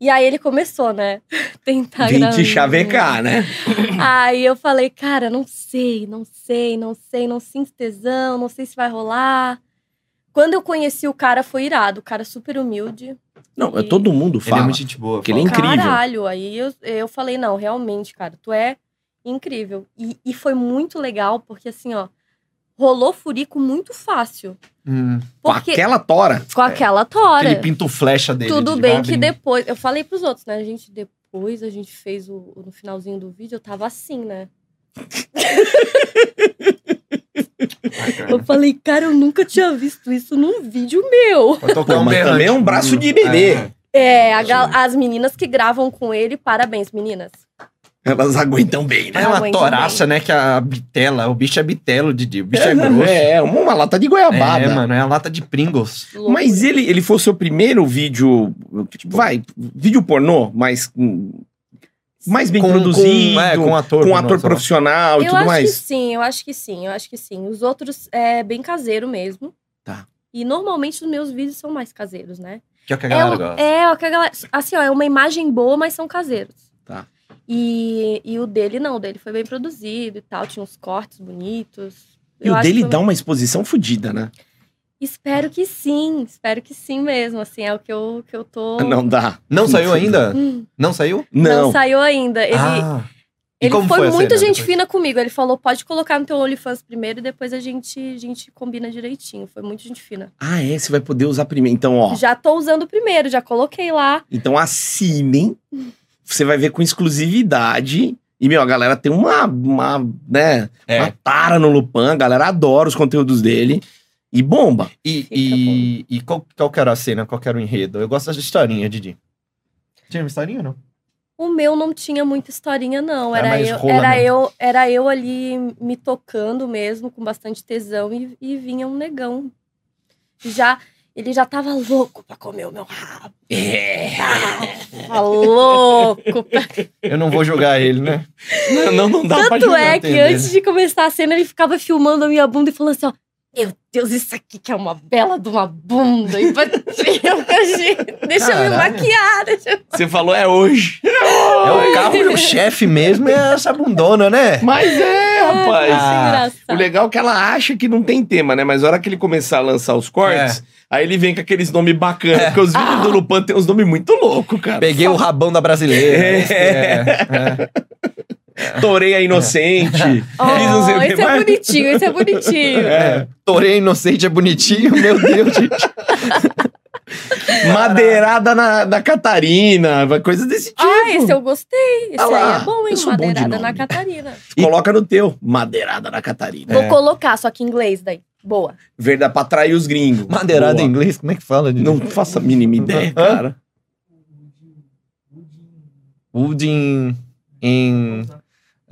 E aí ele começou, né? Tentar
Vim
gravar.
te chavecar, né?
Aí eu falei, cara, não sei, não sei, não sei, não sinto tesão, não sei se vai rolar. Quando eu conheci o cara, foi irado, o cara é super humilde.
Não, é todo mundo
Ele é
fala.
muito gente boa.
Que ele é
fala.
incrível.
Caralho, aí eu, eu falei, não, realmente, cara, tu é incrível. E, e foi muito legal, porque assim, ó, rolou furico muito fácil.
Hum.
Com
Porque
aquela É, tora.
com aquela tora.
Ele pinta o flecha dele.
Tudo
de
bem
Gabi.
que
né?
depois. Eu falei pros outros, né? A gente depois, a gente fez o. No finalzinho do vídeo, eu tava assim, né? Eu falei, cara, eu nunca tinha visto isso num vídeo meu.
Pra tocar
Pô, mas
berrante.
também é um braço de bebê.
É.
É, a gal- as meninas que gravam com ele, parabéns, meninas.
Elas aguentam bem, né?
É uma
Aguenta
toraça, né? Que a bitela, o bicho é bitelo, Didi. O bicho é,
É,
grosso. É,
é, uma, uma lata de goiabada.
mano, é a lata de Pringles.
Louco.
Mas ele, ele foi o seu primeiro vídeo, tipo, vai, vídeo pornô, mas hum, mais bem produzido,
Com, é, com ator.
com
com
ator
nossa,
profissional e
eu
tudo
acho
mais.
que sim, eu acho que sim, eu acho que sim. Os outros é bem caseiro mesmo.
Tá.
E normalmente os meus vídeos são mais caseiros, né?
Que é o que a
É,
galera
o-
gosta.
é o que a galera. Assim, ó, é uma imagem boa, mas são caseiros.
Tá.
E, e o dele não, o dele foi bem produzido e tal, tinha uns cortes bonitos.
E
Eu
o
acho
dele então?
que foi-
dá uma exposição fodida, né?
Espero que sim, espero que sim mesmo. Assim, é o que eu, que eu tô.
Não dá.
Não saiu ainda?
Hum,
Não saiu?
não.
Não.
saiu ainda. Ele,
Ah. E
ele
como
foi,
foi a
muito
cena
gente
depois?
fina comigo. Ele falou: pode colocar no teu OnlyFans primeiro e depois a gente, a gente combina direitinho. Foi muito gente fina.
Ah, é, você vai poder usar primeiro. Então, ó,
Já tô usando o primeiro, já coloquei lá.
então assinem. Você vai ver com exclusividade. E, meu, a galera tem uma, uma né,
É.
uma tara no Lupan. A galera adora os conteúdos dele. E bomba.
E,
Fica
e, e qual, qual que era a cena? Qual que era o enredo? Eu gosto de historinha, Didi. Tinha uma historinha ou não?
O meu não tinha muita historinha, não.
Era
Era,
mais
eu,
rola,
era,
né?
eu, era eu ali me tocando mesmo, com bastante tesão, e, e vinha um negão. Já, ele já tava louco pra comer o meu rabo.
É.
Tava louco. pra-
Eu não vou jogar ele, né?
Não, não, não dá pra
Tanto
julgar.
é
entender,
que
né?
antes de começar a cena, ele ficava filmando a minha bunda e falando assim: ó, Meu Deus, isso aqui que é uma bela de uma bunda infantil. deixa eu me
Caralho.
maquiar. Deixa eu...
Você falou é hoje.
É o carro do chefe mesmo, é essa bundona, né?
Mas é,
Ai,
rapaz.
isso é
O
Tá.
engraçado.
legal é que ela acha que não tem tema, né? Mas a hora que ele começar a lançar os cortes,
É.
aí ele vem com aqueles nomes bacanas. Porque os vídeos do Lupan tem uns nomes muito loucos, cara.
Peguei o rabão da brasileira.
É, é.
Torei a inocente.
É.
fiz não sei o
Oh,
que
esse é
mais.
bonitinho, esse é bonitinho.
É.
Torei inocente é bonitinho, meu Deus, gente.
Madeirada na, na Catarina, vai- coisa desse tipo.
Ah, esse eu gostei. Esse
Ah lá,
aí é bom, hein?
eu sou bom de
Madeirada
nome. É.
na Catarina.
tipo. Coloca no teu. Madeirada na
É.
Catarina.
Vou colocar, só que em inglês daí. Boa.
Verdade, pra atrair os gringos.
Madeirada
Boa.
em inglês, como é que fala? Didi?
Não faça a mínima ideia,
Hã?
cara.
Wood em. em-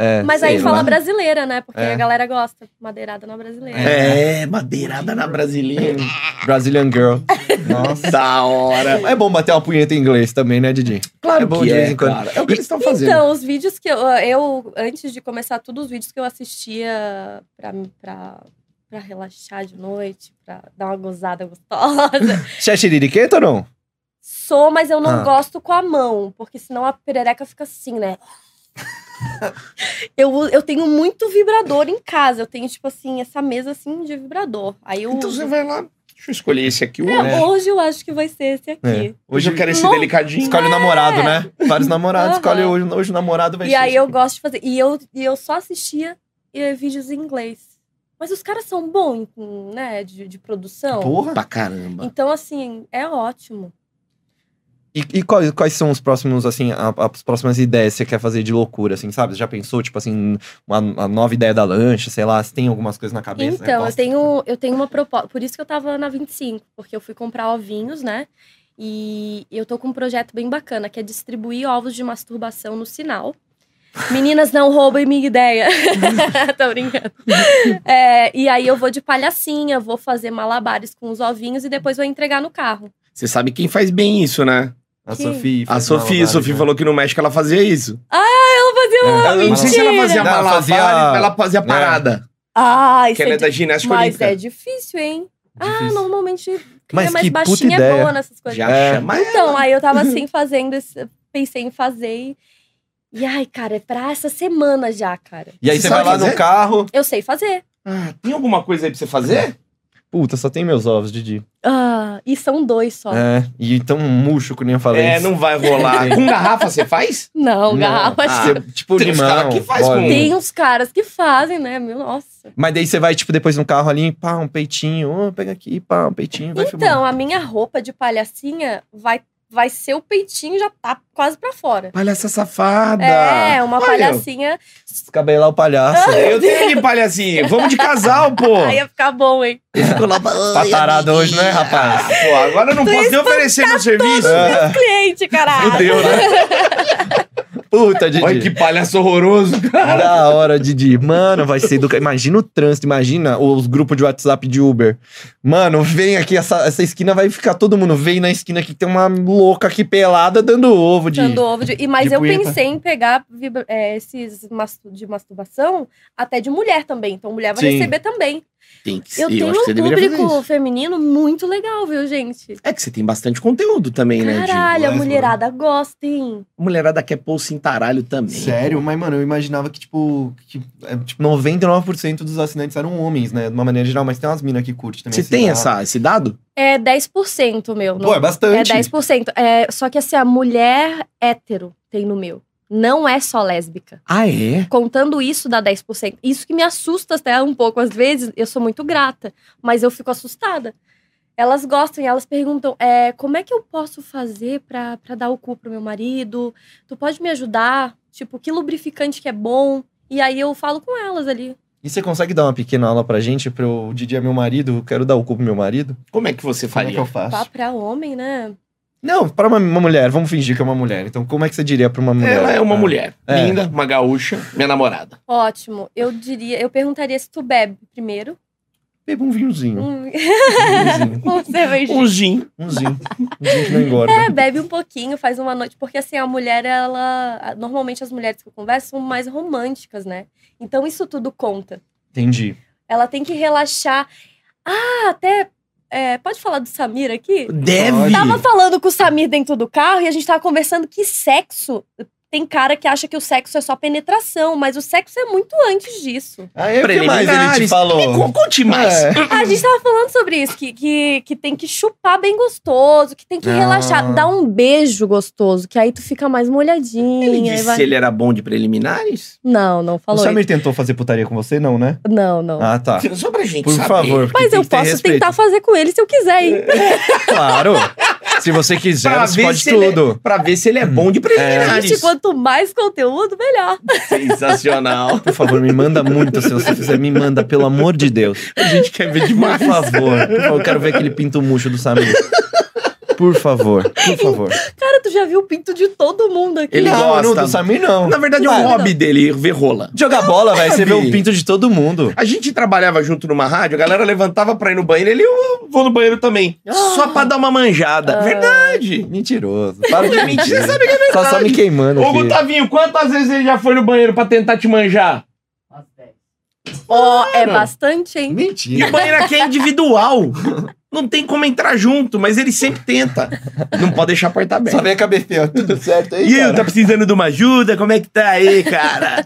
é,
Mas
sei
aí fala
lá.
brasileira, né? Porque
É.
a galera gosta. Madeirada na brasileira.
É, madeirada na brasileira.
Brazilian Girl. Nossa.
da hora.
É bom bater uma punheta em inglês também, né, Didi?
Claro
É bom
que
de
é,
vez em quando.
cara. É o que eles estão fazendo.
Então, os vídeos que eu, eu, antes de começar tudo, os vídeos que eu assistia pra, pra, pra relaxar de noite, pra dar uma gozada gostosa.
Você é xeririqueta ou não?
Sou, mas eu não
Ah.
gosto com a mão, porque senão a perereca fica assim, né? Eu, u- eu tenho muito vibrador em casa. Eu tenho, tipo assim, essa mesa assim de vibrador. Aí eu.
Então você né?
uso.
vai lá, deixa eu escolher esse aqui. o
É,
outro.
É.
Hoje eu acho que vai ser esse aqui.
Hoje eu quero esse
Não.
delicadinho.
Escolhe o namorado, né? Vários namorados.
É. Aham.
Escolhe hoje, hoje o namorado vai
E
ser
aí
esse
eu
aqui.
gosto de fazer. E eu, e eu só assistia eh, vídeos em inglês. Mas os caras são bons, em- né, de, de produção.
Porra.
Pra caramba.
Então, assim, é ótimo.
E, e quais, quais são os próximos, assim, a- as próximas ideias que você quer fazer de loucura, assim, sabe? Você já pensou, tipo assim, uma, uma nova ideia da lancha, sei lá, você tem algumas coisas na cabeça? né?
então, eu
Gosta?
tenho, eu tenho uma proposta. Por isso que eu tava na 25, porque eu fui comprar ovinhos, né? E eu tô com um projeto bem bacana, que é distribuir ovos de masturbação no sinal. Meninas, não roubem minha ideia. Tô brincando. É, e aí eu vou de palhacinha, vou fazer malabares com os ovinhos e depois vou entregar no carro.
Você sabe quem faz bem isso, né?
A
que-
Sofia.
A
fez
Sofia. A
malabares,
Sofia
né?
falou que no México ela fazia isso.
Ela fazia uma.
É,
Eu não sei se ela fazia É.
mentira.
Não, ela
malabar,
fazia-
ela fazia parada.
Ah, isso
Que ela
é
é da
di-
ginástica
Mas é
olímpica.
difícil, hein? Ah,
Difícil.
normalmente quem
Mas
é mais
que puta
baixinha é
ideia.
boa nessas coisas.
Já
É.
chama ela.
Então, aí eu tava assim fazendo, esse- pensei em fazer. e- E ai, cara, é pra essa semana já, cara.
E aí
Você
você vai
sabe
lá no
fazer?
carro.
Eu sei fazer.
Ah, tem alguma coisa aí pra você fazer?
Puta, só tem meus ovos, Didi.
Ah, e são dois só.
É, e tão murcho que nem eu falei.
É, não vai rolar. Com garrafa você faz?
Não,
Não.
garrafa.
Ah,
Você, tipo,
Tem uns
limão,
cara que faz
óleo.
com-
Tem uns caras que fazem, né? Meu, nossa.
Mas daí você vai, tipo, depois no carro ali, pá, um peitinho, ô, pega aqui, pá, um peitinho, vai filmando.
Então, a minha roupa de palhacinha vai, vai ser o peitinho já tá quase pra fora.
Palhaça safada.
É, uma
Olha,
palhacinha.
Descabelar o palhaço.
Eu tenho de palhacinho. Vamos de casal, pô.
Aí ia ficar bom, hein?
Tá tarado hoje, né, rapaz?
Ah, pô, agora eu não posso nem oferecer meu serviço.
Ah,
Cliente, caralho.
É, Fudeu, né?
Puta, Didi.
Olha que palhaço horroroso.
Da hora, Didi. Mano, vai ser do. ca- Imagina o trânsito, imagina os grupos de WhatsApp de Uber. Mano, vem aqui, essa, essa esquina vai ficar todo mundo. Vem na esquina que tem uma louca aqui pelada dando ovo, Didi.
Dando ovo de- E, mas
de
eu
punheta.
pensei em pegar vibra- é, esses mastu- de masturbação até de mulher também. Então, mulher vai
Sim.
receber também.
Tem que eu
Eu tenho
acho que você
um
deveria fazer
público
isso.
feminino muito legal, viu, gente?
É que você tem bastante conteúdo também, né, Di?
Caralho, a
mas,
mulherada gosta, hein?
Mulherada quer pôr o cintaralho também.
Sério? Mas, mano, eu imaginava que, tipo, que, é, tipo 99% dos assinantes eram homens, né? De uma maneira geral, mas tem umas minas que curte também.
Você
esse
tem
dado.
essa, esse dado?
É 10% meu.
Pô,
Não...
é
É
bastante.
10%. É, só que assim, a mulher hétero tem no meu. Não é só lésbica.
Ah, é?
contando isso dá 10%. Isso que me assusta até um pouco. Às vezes eu sou muito grata, mas eu fico assustada. Elas gostam e elas perguntam: é, como é que eu posso fazer pra pra dar o cu pro meu marido? Tu pode me ajudar? Tipo, que lubrificante que é bom? E aí eu falo com elas ali.
E você consegue dar uma pequena aula pra gente? Pra o Didi é meu marido, eu quero dar o cu pro meu marido?
Como é que você faria?
Como é que eu
Pá
faço?
pra homem, né?
Não, pra uma, uma mulher, vamos fingir que é uma mulher. Então, como é que você diria pra uma mulher?
Ela é uma
Ah.
mulher.
É.
Linda, uma gaúcha, minha namorada.
Ótimo. Eu diria, eu perguntaria se tu bebe primeiro.
Beba um vinhozinho.
Hum,
Um vinhozinho.
um cervejinho.
Um gin.
Um vinho. Um vinho que não engorda.
É, bebe um pouquinho, faz uma noite. Porque assim, a mulher, ela. Normalmente as mulheres que eu converso são mais românticas, né? Então isso tudo conta.
Entendi.
Ela tem que relaxar. Ah, até. é, pode falar do Samir aqui?
Deve.
Tava falando com o Samir dentro do carro e a gente tava conversando que sexo. Tem cara que acha que o sexo é só penetração, mas o sexo é muito antes disso.
Aí Ah, o que mais ele te
Preliminares. Me
falou?
con- Conte mais.
É.
A gente tava falando sobre isso, que, que, que tem que chupar bem gostoso, que tem que
Ah.
relaxar, dar um beijo gostoso, que aí tu fica mais molhadinha.
Ele
aí
disse
vai-
se ele era bom de preliminares?
Não, não
O
falou
Samir tentou fazer putaria com você, não, né?
isso. Não, não.
é Ah, tá.
Só pra gente
Por
saber.
favor. porque
mas
tem
eu
que ter
posso
respeito.
tentar fazer com ele se eu quiser, hein?
Claro. Se você quiser,
Pra
você
ver
pode
se ele é-
tudo.
Pra ver se ele é bom de preliminares.
Gente, quanto mais conteúdo, melhor.
Sensacional.
Por favor, me manda muito se você fizer. Me manda, pelo amor de Deus.
A gente quer ver
Por
demais.
favor. Por favor, eu quero ver aquele pinto murcho do Samir. Por favor, por favor.
Cara, tu já viu o pinto de todo mundo aqui.
Ele
não,
gosta.
não, do Samir não.
Na verdade, é um
Claro.
hobby dele ver rola.
Jogar bola, velho. Você vê
Sabe.
o pinto de todo mundo.
A gente trabalhava junto numa rádio, a galera levantava pra ir no banheiro, ele, eu vou no banheiro também.
Ah.
Só pra dar uma manjada.
Ah.
Verdade.
Mentiroso. Para de
Mentira,
mentir.
sabe que é
Só, só me
verdade.
queimando
Ô,
aqui.
Gustavinho, quantas vezes ele já foi no banheiro pra tentar te manjar?
Ó,
Ah,
é bastante, hein?
E
Mentira.
o banheiro aqui é individual. Não tem como entrar junto, mas ele sempre tenta. Não pode deixar a porta aberta.
Só vem a cabecinha. Tudo certo aí,
E aí,
cara?
tá precisando de uma ajuda? Como é que tá aí, cara?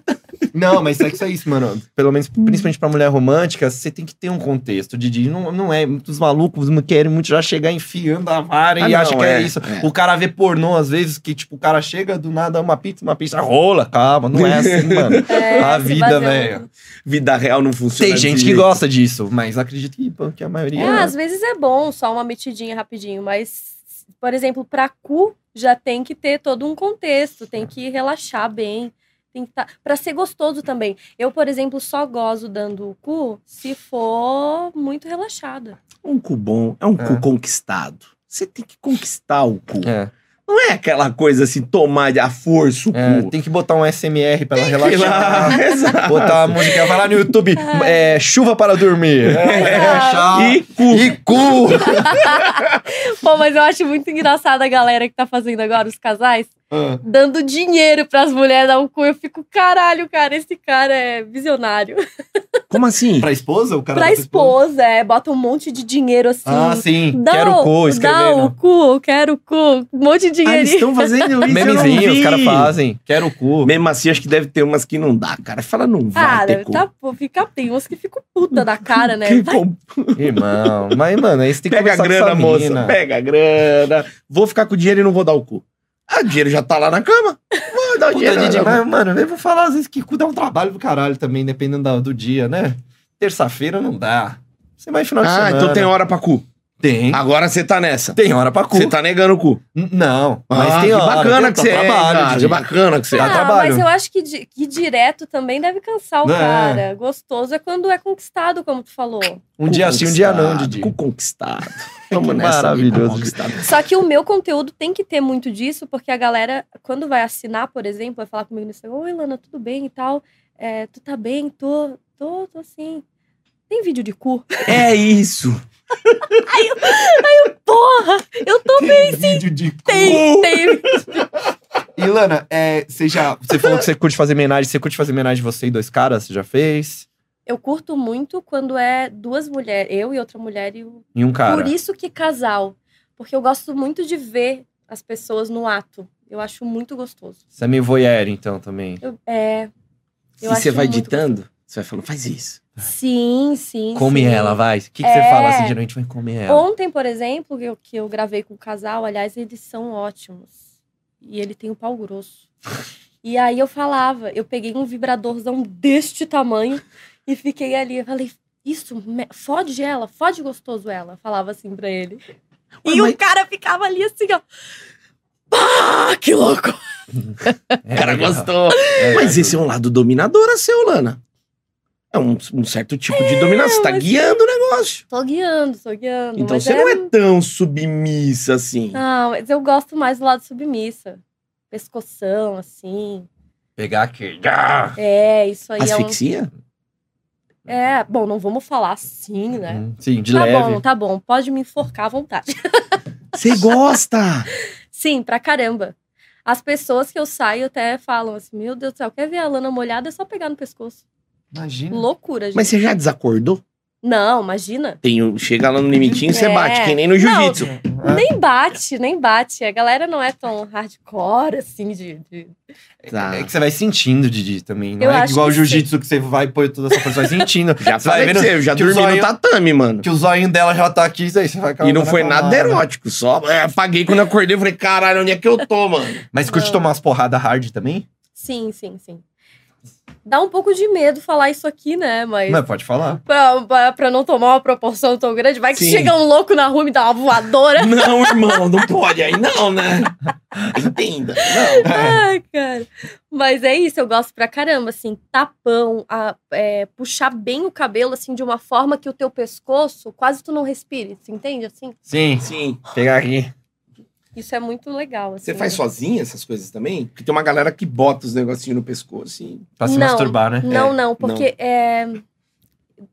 Não, mas sexo é isso, mano. Pelo menos, principalmente pra mulher romântica, você tem que ter um contexto, Didi. Não, não é. Muitos malucos não querem muito já chegar enfiando a vara
Ah,
e
não,
acha que
é,
é isso.
é.
O cara vê pornô, às vezes, que, tipo, o cara chega do nada, uma pizza, uma pizza, rola. Calma, não é assim, mano.
É,
A
se
vida,
baseando.
velho.
Vida real não funciona.
Tem gente
desse
que
jeito.
gosta disso, mas acredito que, pô, que a maioria.
É, às vezes é bom só uma metidinha rapidinho, mas, por exemplo, pra cu já tem que ter todo um contexto, tem que relaxar bem, tem que tá... para ser gostoso também. Eu, por exemplo, só gozo dando o cu se for muito relaxada.
Um cu bom é um
É.
cu conquistado. Você tem que conquistar o cu.
É.
Não é aquela coisa assim, tomar a força o
É,
cu.
tem que botar um SMR pra ela
Sei lá,
relaxar.
exato.
Botar a música, vai lá no YouTube,
Ah.
é, chuva para dormir.
É,
É,
E cu.
E cu!
Pô, mas eu acho muito engraçado a galera que tá fazendo agora, os casais,
Ah.
dando dinheiro pras mulheres dar um cu. Eu fico, caralho, cara, esse cara é visionário.
Como assim?
Pra esposa? O cara
pra
dá
esposa, é, bota um monte de dinheiro assim.
Ah, sim.
Dá
Quero cu, né?
Dá o
escrevendo.
cu, quero cu. Um monte de
Ah, eles
dinheirinho.
estão fazendo isso. eu
Memezinho,
não vi.
os caras fazem. Quero cu.
Mesmo assim, acho que deve ter umas que não dá, cara. Fala, não vai
Ah,
ter
deve
cu.
tá, pô, fica, tem uns que ficam puta da cara, né?
Que
Vai,
com-
Irmão. Mas, mano, é isso que tem que
Pega a
conversar
grana,
com essa
moça.
mina.
Pega a grana. Vou ficar com o dinheiro e não vou dar o cu. Ah, o dinheiro já tá lá na cama. Vou dar o
Puta,
dinheiro.
Didi,
na-
mas, mano, eu vou falar às vezes que cu dá um trabalho do caralho também, dependendo da- do dia, né? Terça-feira não dá. Você vai final de
Ah,
semana.
então tem hora pra cu.
Tem.
Agora você tá nessa.
Tem hora pra cu.
Você tá negando o cu.
N- Não. Mas
ah,
tem
que
hora.
bacana
tem-
que você
dá
é,
trabalho,
cara. Que
Didi.
bacana que você
Dá
é.
ah,
trabalho.
mas eu acho que, di- que direto também deve cansar o
É.
cara. Gostoso é quando é conquistado, como tu falou.
Um dia sim, um dia não, Didi.
Cu é. conquistado. Tamo
Que
nessa,
maravilhoso,
amigo, conquistado.
Só que o meu conteúdo tem que ter muito disso, porque a galera, quando vai assinar, por exemplo, vai falar comigo no Instagram, Oi, Lana, tudo bem e tal? É, tu tá bem? Tô, tô, tô sim. Tem vídeo de cu?
É isso.
Porra! Eu tô
Tem vídeo de cu.
bem, tem.
Ilana, é, você já. Você falou que você curte fazer homenagem. Você curte fazer homenagem de você e dois caras? Você já fez?
Eu curto muito quando é duas mulheres, eu e outra mulher, e o-
E um cara.
por isso que casal. Porque eu gosto muito de ver as pessoas no ato. Eu acho muito gostoso.
Você é meio voyeur, então, também.
Eu- é. Eu
e você
acho
vai
muito
ditando, você vai falando, faz isso.
gostoso. Sim, sim.
Come
sim.
ela, vai. O que, que
É.
você fala assim, geralmente vai comer
É.
ela.
Ontem, por exemplo, que eu, que eu gravei com o casal, aliás, eles são ótimos. E ele tem um pau grosso. E aí eu falava, eu peguei um vibradorzão deste tamanho e fiquei ali. Eu falei, isso, me- fode ela, fode gostoso ela. Falava assim pra ele. E
Mas-
o cara ficava ali assim, ó. Pá, que louco!
O cara
É legal.
gostou.
É,
Mas
é,
esse é um lado dominadora seu, Lana. É um, um certo tipo de dominação. Você tá
É, mas-
guiando o negócio.
Tô guiando, tô guiando.
Então
mas
você não é tão submissa assim.
Não, mas eu gosto mais do lado submissa. Pescoção, assim.
Pegar aqui. Ah!
É, isso aí é um.
Asfixia?
É, bom, não vamos falar assim, né?
Hum, Sim, de
tá
leve.
bom, tá bom. Pode me enforcar à vontade.
Você gosta!
Sim, pra caramba. As pessoas que eu saio até falam assim: Meu Deus do céu, quer ver a lana molhada? É só pegar no pescoço.
Imagina.
Loucura, gente.
Mas você já desacordou?
Não, imagina.
Tem, o- chega lá no limitinho, você
É.
bate, que nem no
Não.
jiu-jitsu.
Nem bate, nem bate. A galera não é tão hardcore assim de. de-
Tá.
É que você vai sentindo, Didi, também. Não
Eu
é
acho
igual o
que sim.
jiu-jitsu que você vai pôr toda essa força, você vai sentindo.
Já
Você vai
falei pra
vendo
você, eu já
que o
dormi no
zóio-
tatame, mano.
Que o zoinho dela já tá aqui, isso aí você vai
E não
acabando
foi nada
acalmando.
erótico, só é, apaguei quando eu acordei, eu falei, caralho, onde é que eu tô, mano?
né? Mas curte
Não.
tomar umas porradas hard também?
Sim, sim, sim. Dá um pouco de medo falar isso aqui, né? Mas.
Não, pode falar.
Pra, pra, pra não tomar uma proporção tão grande, vai que
Sim.
chega um louco na rua e me dá uma voadora.
Não, irmão, não pode aí, não, né? Entenda, não.
Ai, cara. Mas é isso, eu gosto pra caramba, assim, tapão, a- é, puxar bem o cabelo, assim, de uma forma que o teu pescoço quase tu não respire, você entende? Assim,
Sim,
Sim.
pegar aqui.
isso é muito legal. Assim,
Você faz
né?
sozinha essas coisas também? Porque tem uma galera que bota os negocinhos no pescoço e
Pra se
Não.
masturbar, né?
Não, não, porque é,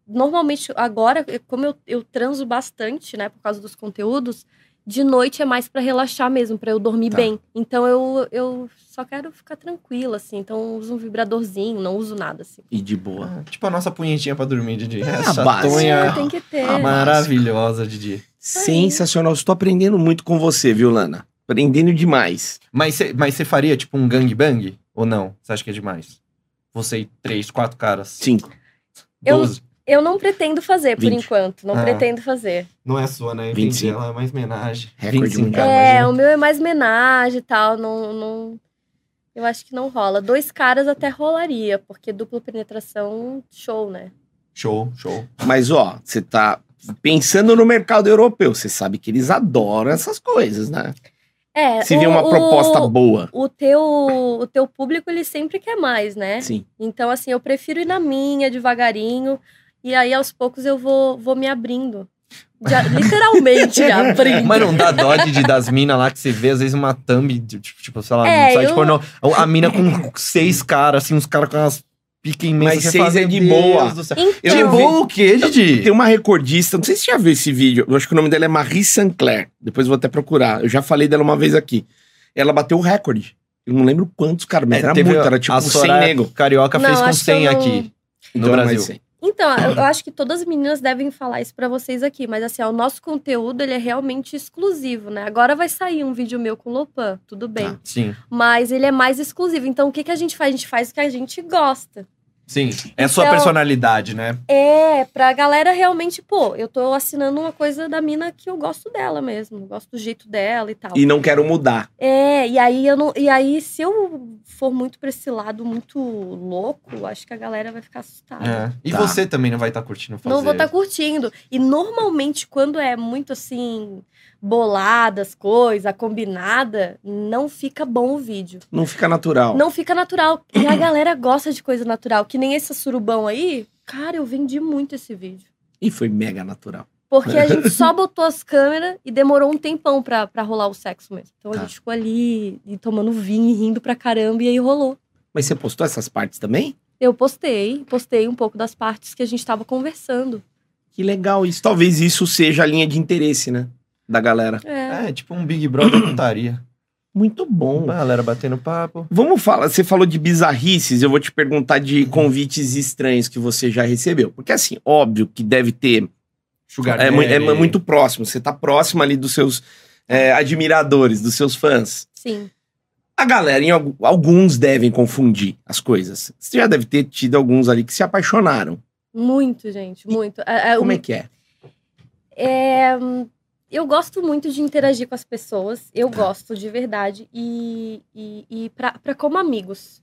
normalmente agora, eu- como eu, eu transo bastante, né, por causa dos conteúdos, de noite é mais pra relaxar mesmo, pra eu dormir
Tá.
bem. Então eu, eu só quero ficar tranquila, assim, então uso um vibradorzinho, não uso nada, assim.
E de boa.
Ah, Tipo a nossa punhetinha pra dormir,
É
Didi. Essa
básica.
punha
Ah,
tem que ter. né?
ah, mas-
maravilhosa, Didi.
Sensacional. Estou aprendendo muito com você, viu, Lana? Aprendendo demais.
Mas você mas você faria, tipo, um gangbang? Ou não? Você acha que é demais? Você e três, quatro caras.
Cinco.
Eu-
Doze.
Eu não pretendo fazer, por
Vinte.
enquanto. Não
Ah.
pretendo fazer.
Não é a sua, né? Eu
25.
Entendi. Ela é mais homenagem.
Recorde mundial. Cara,
é, o meu é mais homenagem e tal. Não, não. Eu acho que não rola. Dois caras até rolaria, porque dupla penetração, show, né?
Show, show.
Mas, ó, você tá pensando no mercado europeu. Você sabe que eles adoram essas coisas, né?
É,
Se vê uma proposta boa.
O teu, o teu público, ele sempre quer mais, né?
É.
Sim.
Então, assim, eu prefiro ir na minha, devagarinho. E aí, aos poucos, eu vou, vou me abrindo. De a- literalmente me abrindo.
Mas não dá dó de, das minas lá que você vê, às vezes, uma thumb, de, tipo, tipo, sei lá,
É,
um site
eu-
pornô. A mina com seis caras, assim, uns caras com umas piques imensas.
Mas
você
seis
fala,
é
"Meu
de
Deus
boa."
do céu."
Eu
de
não
então,
vi-
boa o quê, Didi?
Tem uma recordista, não sei se você já viu esse vídeo. Eu acho que o nome dela é Marie Sinclair. Depois eu vou até procurar. Eu já falei dela uma vez aqui. Ela bateu o recorde. Eu não lembro quantos, cara, mas
É,
era
teve
muito,
a-
era tipo
a
100
Soraya
nego.
Carioca
Não,
fez com
acho que eu
100
não-
aqui no
Então,
Brasil.
mas sim.
Então, eu, eu acho que todas as meninas devem falar isso pra vocês aqui, mas assim, ó, o nosso conteúdo ele é realmente exclusivo, né? Agora vai sair um vídeo meu com o Lopan, tudo bem.
Tá.
Sim,
Mas ele é mais exclusivo. Então, o que, que a gente faz? A gente faz o que a gente gosta.
sim. É a sua
Então-
personalidade, né?
É, pra galera realmente, pô, eu tô assinando uma coisa da mina que eu gosto dela mesmo. Gosto do jeito dela e tal.
E não quero mudar.
É, e aí eu não. E aí, se eu for muito pra esse lado muito louco, acho que a galera vai ficar assustada.
É. E
Tá.
você também não vai estar curtindo fazer.
Não vou tá estar curtindo. E normalmente, quando é muito assim, boladas, coisa, combinada, não fica bom o vídeo.
Não fica natural.
Não fica natural. E a galera gosta de coisa natural, que nem esse surubão aí. Cara, eu vendi muito esse vídeo.
E foi mega natural.
Porque a gente só botou as câmeras e demorou um tempão pra, pra rolar o sexo mesmo. Então a
Tá.
gente ficou ali, e tomando vinho, e rindo pra caramba, e aí rolou.
Mas você postou essas partes também?
Eu postei, postei um pouco das partes que a gente tava conversando.
Que legal isso. Talvez isso seja a linha de interesse, né? Da galera.
É.
É, tipo um Big Brother putaria.
Muito bom.
A galera batendo papo.
Vamos falar, você falou de bizarrices, eu vou te perguntar de convites estranhos que você já recebeu. Porque assim, óbvio que deve ter,
Sugar
é, mu- é
Daddy.
muito próximo, você tá próximo ali dos seus é, admiradores, dos seus fãs.
Sim.
A galera, em algu- alguns devem confundir as coisas. Você já deve ter tido alguns ali que se apaixonaram.
Muito, gente, muito. É, é,
Como
o-
é que é?
É, hum, eu gosto muito de interagir com as pessoas, eu
Tá.
gosto de verdade, e, e, e pra, pra como amigos.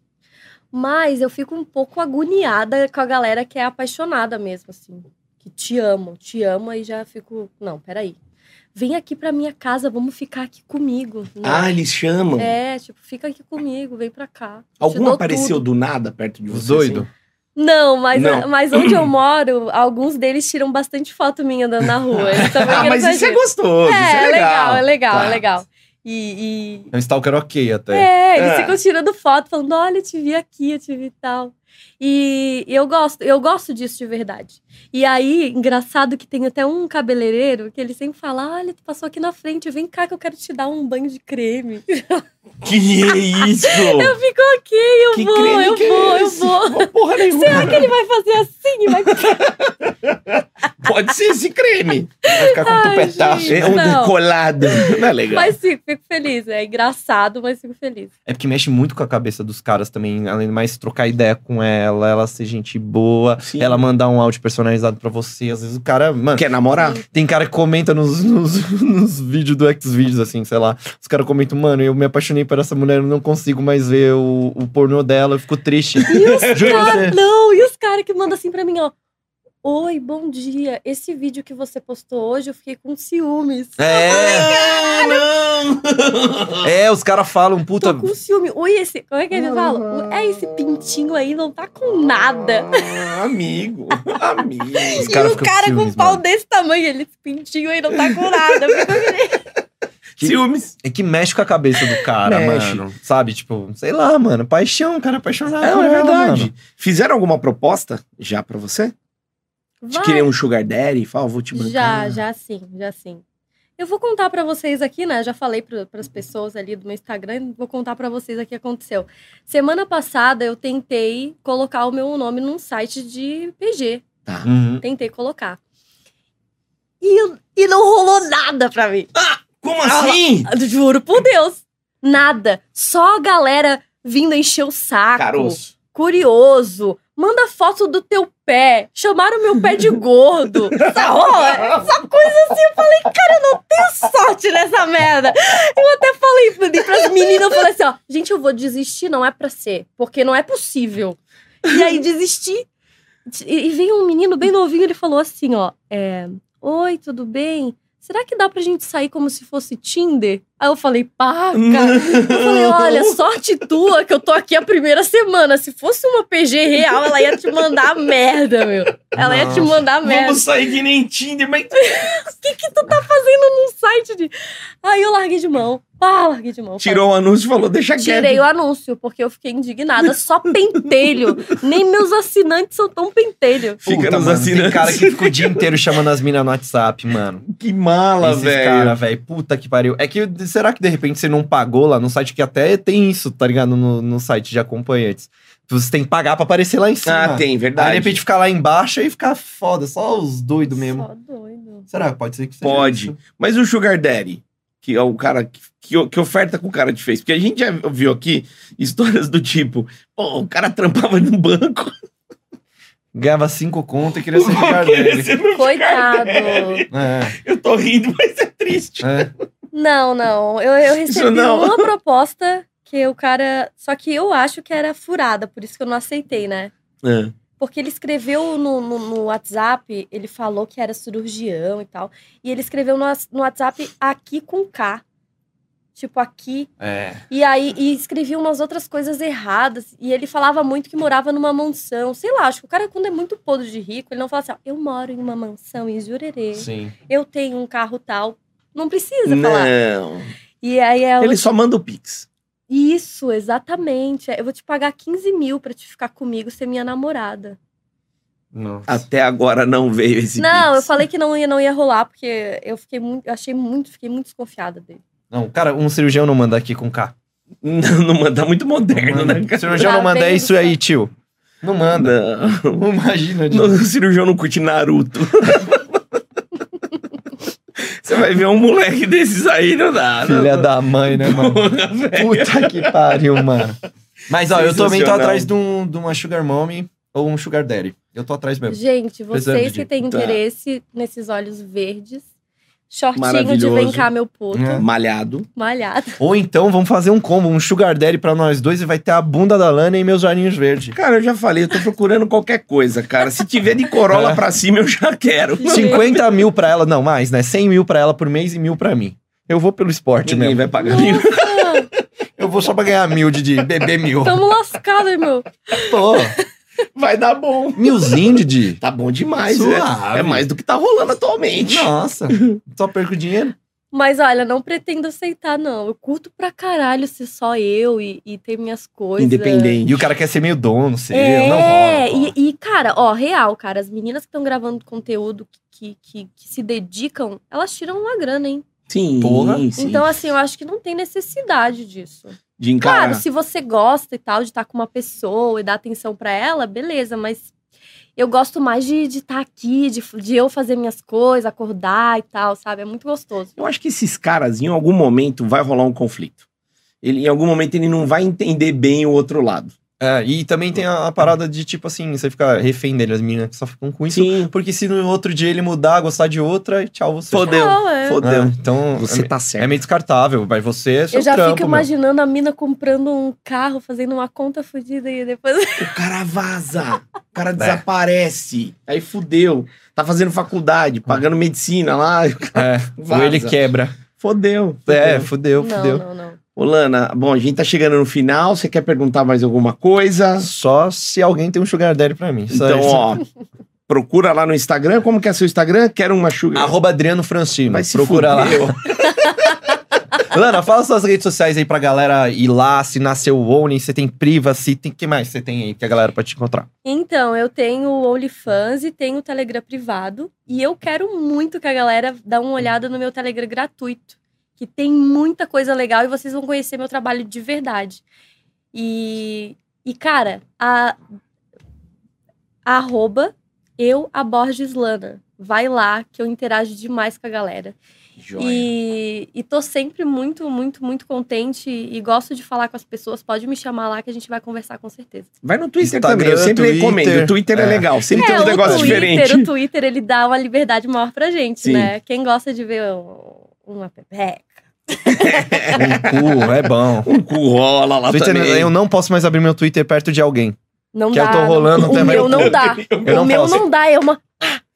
Mas eu fico um pouco agoniada com a galera que é apaixonada mesmo, assim. Que te amo, te amo, e já fico. Não, peraí. Vem aqui pra minha casa, vamos ficar aqui comigo. Não.
Ah, eles chamam?
É, tipo, fica aqui comigo, vem pra cá. Te
Algum
dou
apareceu
tudo.
do nada perto de
Os
você?
doido.
assim?
Não, mas,
Não.
mas onde eu moro, alguns deles tiram bastante foto minha andando na rua. Eles também
Ah,
querem
mas isso é
fazer.
gostoso, isso é legal.
é legal,
Tá.
é legal. E. e-
É um stalker ok até.
É, eles
É.
ficam tirando foto, falando: olha, eu te vi aqui, eu te vi e tal. E eu gosto, eu gosto disso de verdade. E aí, engraçado que tem até um cabeleireiro que ele sempre fala: olha, tu passou aqui na frente, vem cá que eu quero te dar um banho de creme.
Que é isso?
Eu fico ok, eu
que
vou,
creme
eu
que é
vou, eu
esse?
vou.
Porra nenhuma.
Será que ele vai fazer assim? Vai
Pode ser esse creme.
Vai ficar com um
Ai,
tupetaço.
gente.
É um
Não.
decolado. Não é legal.
Mas sim, fico feliz. É engraçado, mas fico feliz.
É porque mexe muito com a cabeça dos caras também. Além do mais, trocar ideia com ela, ela ser gente boa,
Sim.
ela mandar um áudio personalizado pra você. Às vezes o cara, mano,
Quer namorar?
Tem cara que comenta nos, nos, nos vídeos do Xvideos, assim, sei lá. Os caras comentam, mano, eu me apaixonei por essa mulher, eu não consigo mais ver o, o pornô dela, eu fico triste.
E os
Juro pra
caras,
você.
Ah, não, e os caras que mandam assim pra mim, ó. Oi, bom dia. Esse vídeo que você postou hoje, eu fiquei com ciúmes.
É,
Ah,
é, os caras falam, puta.
Tô com ciúme. Oi, esse. Como é que ele fala? É esse pintinho aí, não tá com nada.
Ah, amigo. Amigo.
Os caras
e
ficam
o
com
cara com um
ciúmes,
pau
mano.
desse tamanho, ele, esse pintinho aí não tá com nada. Eu fico assim, querendo-
Ciúmes.
É que mexe com a cabeça do cara,
Mexe.
mano. Sabe, tipo, sei lá, mano, paixão, cara apaixonado.
Não,
por
é
ela,
verdade.
mano.
Fizeram alguma proposta já pra você? Te
Vai.
querer um sugar daddy? Fala, vou te
Já,
bancar.
já sim, já sim. Eu vou contar pra vocês aqui, né? Já falei para as pessoas ali do meu Instagram, vou contar pra vocês aqui o que aconteceu. Semana passada eu tentei colocar o meu nome num site de PG,
Tá.
Uhum.
tentei colocar. E, eu- e não rolou nada pra mim.
Como assim?
Eu Juro por Deus. Nada. Só a galera vindo encher o saco.
Caroço.
Curioso. Manda foto do teu pé. Chamaram meu pé de gordo. Sabe? Essa coisa assim, eu falei, cara, eu não tenho sorte nessa merda. Eu até falei pra- pras meninas, eu falei assim, ó, gente, eu vou desistir, não é pra ser, porque não é possível. E aí desisti. E, e veio um menino bem novinho, ele falou assim, ó, é, oi, tudo bem? Será que dá pra gente sair como se fosse Tinder? Aí eu falei, pá, cara. Eu falei, olha, sorte tua que eu tô aqui a primeira semana. Se fosse uma PG real, ela ia te mandar merda, meu. Ela ia te
Nossa.
mandar merda
Vamos sair que nem Tinder, mas
o que que tu tá fazendo num site de... Aí eu larguei de mão. Ah, larguei de mão.
tirou o anúncio e falou, deixa
Falei,
quieto.
Tirei o anúncio, porque eu fiquei indignada. Só pentelho. Nem meus assinantes são tão pentelho.
Fica
Puta,
nos
mano, tem
assinantes.
cara que fica o dia inteiro chamando as minas no WhatsApp, mano.
Que mala,
Esses
velho.
cara, velho. Puta que pariu. É que será que de repente você não pagou lá no site que até tem isso, tá ligado? No, no site de acompanhantes. Você tem que pagar pra aparecer lá em cima.
Ah, tem,
Aí
verdade.
de repente ficar lá embaixo e ficar foda, só os doidos mesmo.
Só doido.
Será? Pode ser que seja
Pode.
isso.
Mas o Sugar Daddy, que é o cara que, que, que oferta que o cara te fez. Porque a gente já viu aqui histórias do tipo, pô, o cara trampava num banco.
Ganhava cinco conto e queria ser
Vou
Sugar
querer
Daddy.
ser meu Sugar
Coitado.
Daddy.
É,
Eu tô rindo, mas é triste.
é.
Não, não. Eu, eu recebi
não.
uma proposta que o cara... Só que eu acho que era furada, por isso que eu não aceitei, né?
Ah.
Porque ele escreveu no, no, no WhatsApp, ele falou que era cirurgião e tal. E ele escreveu no, as- no WhatsApp aqui com K. Tipo, aqui
é.
E aí e escrevia umas outras coisas erradas. E ele falava muito que morava numa mansão. Sei lá, acho que o cara, quando é muito podre de rico, ele não fala assim: ó, eu moro em uma mansão em Jurerê,
Sim.
eu tenho um carro tal. Não precisa
Né?
falar.
Não.
E aí ela.
Ele só manda o Pix.
Isso, exatamente. Eu vou te pagar 15 mil pra te ficar comigo ser minha namorada.
Nossa.
Até agora não veio esse
não, eu
Pix.
falei que não ia, não ia rolar, porque eu fiquei muito. Eu achei muito, fiquei muito desconfiada dele.
Não, cara, um cirurgião não manda aqui com K.
Não, não manda tá muito moderno,
Mano,
né, cara?
cirurgião não
Tá
manda, é
vendo
isso aí, tio. Não manda.
Não.
Imagina,
Não, O cirurgião não curte Naruto. Você vai ver um moleque desses aí, não dá. não.
Filha da mãe, né, mano?
Porra, velho.
Puta que pariu, mano. Mas ó, eu também tô
Sensacional.
atrás de, um, de uma Sugar Mommy ou um Sugar Daddy. Eu tô atrás mesmo.
Gente,
Precisamos
vocês
de-
que têm
Tá.
interesse nesses olhos verdes, shortinho de
Maravilhoso.
vem cá, meu puto,
É.
Malhado.
malhado.
Ou então vamos fazer um combo, um Sugar Daddy pra nós dois e vai ter a bunda da Lana e meus olhinhos verdes.
Cara, eu já falei, eu tô procurando qualquer coisa, cara. Se tiver de Corolla
É.
pra cima, eu já quero.
Meu
50 mil pra ela, não, mais, né? 100 mil pra ela por mês e mil pra mim. Eu vou pelo esporte
Ninguém
mesmo.
vai pagar.
Nossa,
Eu vou só pra ganhar mil, Didi. Beber mil.
tamo lascado, irmão.
Pô,
Vai dar bom.
milzinho, Didi.
Tá bom demais, né?
Suave.
É mais do que tá rolando atualmente.
Nossa. Só perco dinheiro.
Mas olha, não pretendo aceitar, não. Eu curto pra caralho ser só eu e, e ter minhas coisas.
Independente.
E o cara quer ser meio dono, seu,
É,
não rola.
e- E, cara, ó, real, cara, as meninas que estão gravando conteúdo que, que, que- que se dedicam, elas tiram uma grana, hein?
Sim,
Porra.
sim.
Então, assim, eu acho que não tem necessidade disso.
de encarar.
Claro, se você gosta e tal de estar com uma pessoa e dar atenção pra ela, beleza, mas eu gosto mais de estar aqui, de, de eu fazer minhas coisas, acordar e tal, sabe? É muito gostoso.
Eu acho que esses caras, em algum momento, vai rolar um conflito. Ele, em algum momento, ele não vai entender bem o outro lado.
É, e também tem a, a parada de, tipo assim, você ficar refém dele, as meninas que só ficam com isso.
Sim.
Porque se no outro dia ele mudar, gostar de outra, tchau, você.
Fodeu.
Não, é.
Fodeu.
É, então, é,
Você
me-
tá
é
certo.
meio descartável, mas você é seu
Eu já
trampo,
fico
meu.
imaginando a mina comprando um carro, fazendo uma conta fodida e depois.
O cara vaza. O cara desaparece. Aí fudeu. Tá fazendo faculdade, pagando medicina lá.
Ah. É, ou
Vaza.
ele quebra.
Fodeu.
É,
fudeu.
fudeu, fudeu.
não, não, não.
Olana, bom, a gente tá chegando no final. Você quer perguntar mais alguma coisa?
Só se alguém tem um sugar daddy pra mim. Só
Então,
isso.
ó, procura lá no Instagram. Como que é seu Instagram? Quero uma sugar.
Arroba Adriano Francino.
Vai se
Procura lá.
fuder.
Lana, fala suas redes sociais aí pra galera ir lá, se nasceu Only, você tem privacy, tem que mais você tem aí que a galera pode te encontrar?
Então, eu tenho o OnlyFans e tenho o Telegram privado. E eu quero muito que a galera dá uma olhada no meu Telegram gratuito. Que tem muita coisa legal e vocês vão conhecer meu trabalho de verdade. E, e cara, a, a arroba eu a Borges Lana. Vai lá que eu interajo demais com a galera. E, e tô sempre muito, muito, muito contente e gosto de falar com as pessoas. Pode me chamar lá que a gente vai conversar com certeza.
Vai no Twitter
Instagram,
também. Eu sempre
Twitter.
recomendo. O Twitter é,
É.
legal. Sempre tem
o
uns negócios
Twitter,
diferentes.
O Twitter, ele dá uma liberdade maior pra gente,
Sim.
né? Quem gosta de ver um- uma pepeca.
Um cu, é bom.
Um cu rola lá
Twitter, é
também.
eu não posso mais abrir meu Twitter perto de alguém.
Não
Que eu
dá.
tô
não-
rolando
o
também.
meu não dá.
Eu
o
não assim.
meu
posso.
não dá, é uma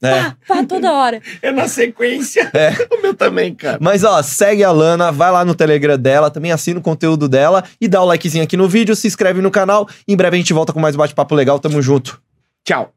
É.
pá, pá tá toda hora.
É na sequência. O meu também, cara.
Mas ó, segue a Lana, vai lá no Telegram dela, também assina o conteúdo dela e dá o likezinho aqui no vídeo, se inscreve no canal. Em breve a gente volta com mais bate-papo legal, tamo junto.
Tchau.